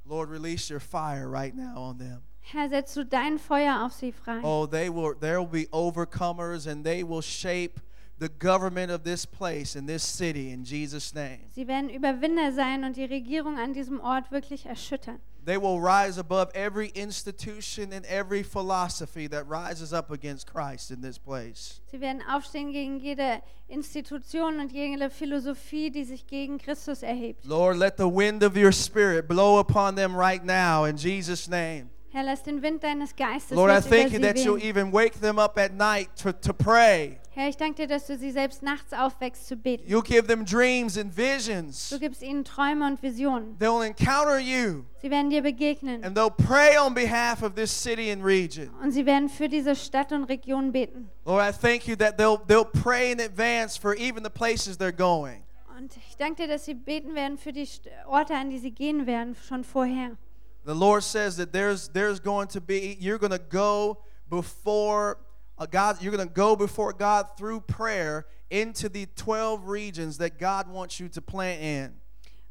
S3: Lord, release your fire right now on them.
S2: Herr, setzt du dein Feuer auf sie frei.
S3: Oh, they will there will be overcomers and they will shape the government of this place and this city in Jesus name.
S2: Sie werden Überwinder sein und die Regierung an diesem Ort wirklich erschüttern.
S3: They will rise above every institution and every philosophy that rises up against Christ in this place.
S2: Sie werden aufstehen gegen jede Institution und jede Philosophie, die sich gegen Christus erhebt.
S3: Lord, let the wind of your spirit blow upon them right now in Jesus name.
S2: Herr, lass den Wind deines Geistes
S3: Lord, I
S2: jetzt über
S3: thank you
S2: sie
S3: that you'll
S2: wehen.
S3: even wake them up at night to, to pray.
S2: Herr, ich danke dir, dass du sie selbst nachts aufwächst zu beten.
S3: You'll give them dreams and visions.
S2: Du gibst ihnen Träume und Visionen.
S3: They'll encounter you
S2: Sie werden dir begegnen
S3: and they'll pray on behalf of this city and region.
S2: und sie werden für diese Stadt und Region beten.
S3: Lord, I thank you that they'll they'll pray in advance for even the places they're going.
S2: Und ich danke dir, dass sie beten werden für die St- Orte, an die sie gehen werden, schon vorher.
S3: The Lord says that there's there's going to be you're going to go before uh, God you're going to go before God through prayer into the 12 regions that God wants you to plant in.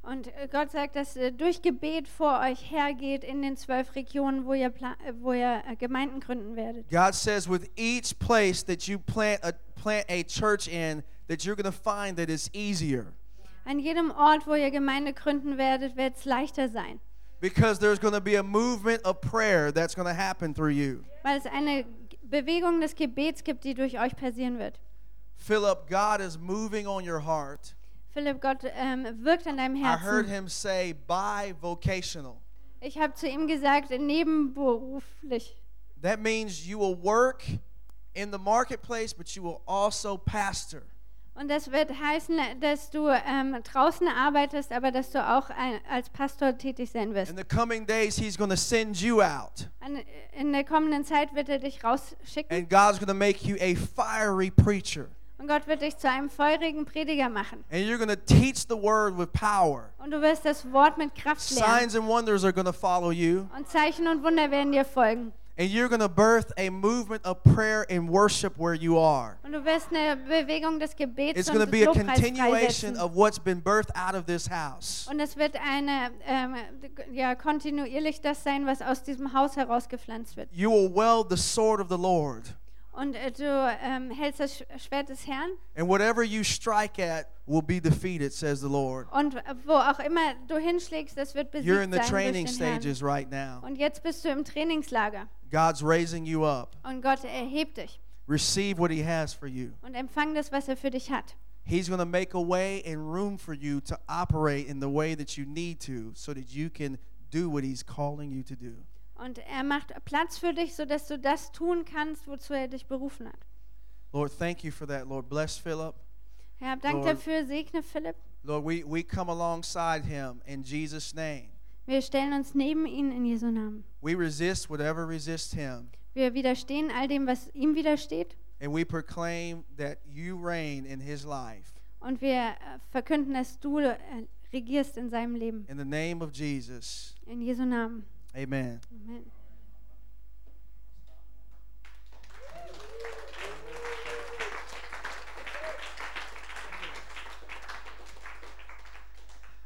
S2: Und äh, Gott sagt, dass äh, durch Gebet vor euch hergeht in den zwölf Regionen, wo ihr, pla- äh, wo ihr äh, Gemeinden gründen werdet.
S3: God says with each place that you plant a plant a church in that you're going to find that it's easier
S2: An jedem Ort, wo ihr Gemeinde gründen werdet, wird es leichter sein,
S3: because there's going to be a movement of prayer that's going to happen through you.
S2: weil es eine G- Bewegung des Gebets gibt, die durch euch passieren wird.
S3: Philip, God is moving on your heart.
S2: Philipp, Gott ähm, wirkt an deinem
S3: I heard
S2: Herzen.
S3: him say by vocational.
S2: Ich habe zu ihm gesagt, nebenberuflich.
S3: That means you will work in the marketplace, but you will also pastor.
S2: Und das wird heißen, dass du ähm, draußen arbeitest, aber dass du auch ein, als Pastor tätig sein wirst.
S3: In the coming days, he's going to send you out,
S2: An, in der kommenden Zeit wird er dich rausschicken
S3: and God's going to make you a fiery preacher.
S2: und Gott wird dich zu einem feurigen Prediger machen.
S3: And you're going to teach the word with power.
S2: Und du wirst das Wort mit Kraft lernen.
S3: Signs and wonders are going to follow you,
S2: Und Zeichen und Wunder werden dir folgen.
S3: And you're going to birth a movement of prayer and worship where you are.
S2: Und du wirst eine Bewegung des Gebets
S3: It's
S2: und
S3: going to
S2: des
S3: be a
S2: Lobpreis
S3: continuation
S2: freisetzen.
S3: of what's been birthed out of this house.
S2: Und es wird eine ähm, ja, kontinuierlich das sein, was aus diesem Haus herausgepflanzt wird.
S3: You will weld the sword of the Lord,
S2: Und äh, du ähm, hältst das Sch- Schwert des Herrn
S3: and whatever you strike at will be defeated, says the Lord.
S2: und äh, wo auch immer du hinschlägst, das wird besiegt
S3: You're in
S2: sein
S3: the
S2: durch
S3: training
S2: den Herrn.
S3: stages right now.
S2: Und jetzt bist du im Trainingslager
S3: God's raising you up.
S2: und Gott erhebt dich
S3: Receive what He has for you.
S2: und empfang das, was er für dich hat.
S3: He's going to make a way and room for you to operate in the way that you need to so that you can do what He's calling you to do.
S2: Und er macht Platz für dich, sodass du das tun kannst, wozu er dich berufen hat.
S3: Lord, thank you for that, Lord. Bless Philip.
S2: Herr, Dank
S3: Lord.
S2: dafür, segne Philipp.
S3: Lord, we, we come alongside him in Jesus' name.
S2: Wir stellen uns neben ihn in Jesu Namen.
S3: We resist whatever resists him,
S2: Wir widerstehen all dem, was ihm widersteht.
S3: and we proclaim that you reign in his life.
S2: Und wir äh, verkünden, dass du äh, regierst in seinem Leben.
S3: In the name of Jesus,
S2: In Jesu Namen.
S3: amen.
S2: Amen.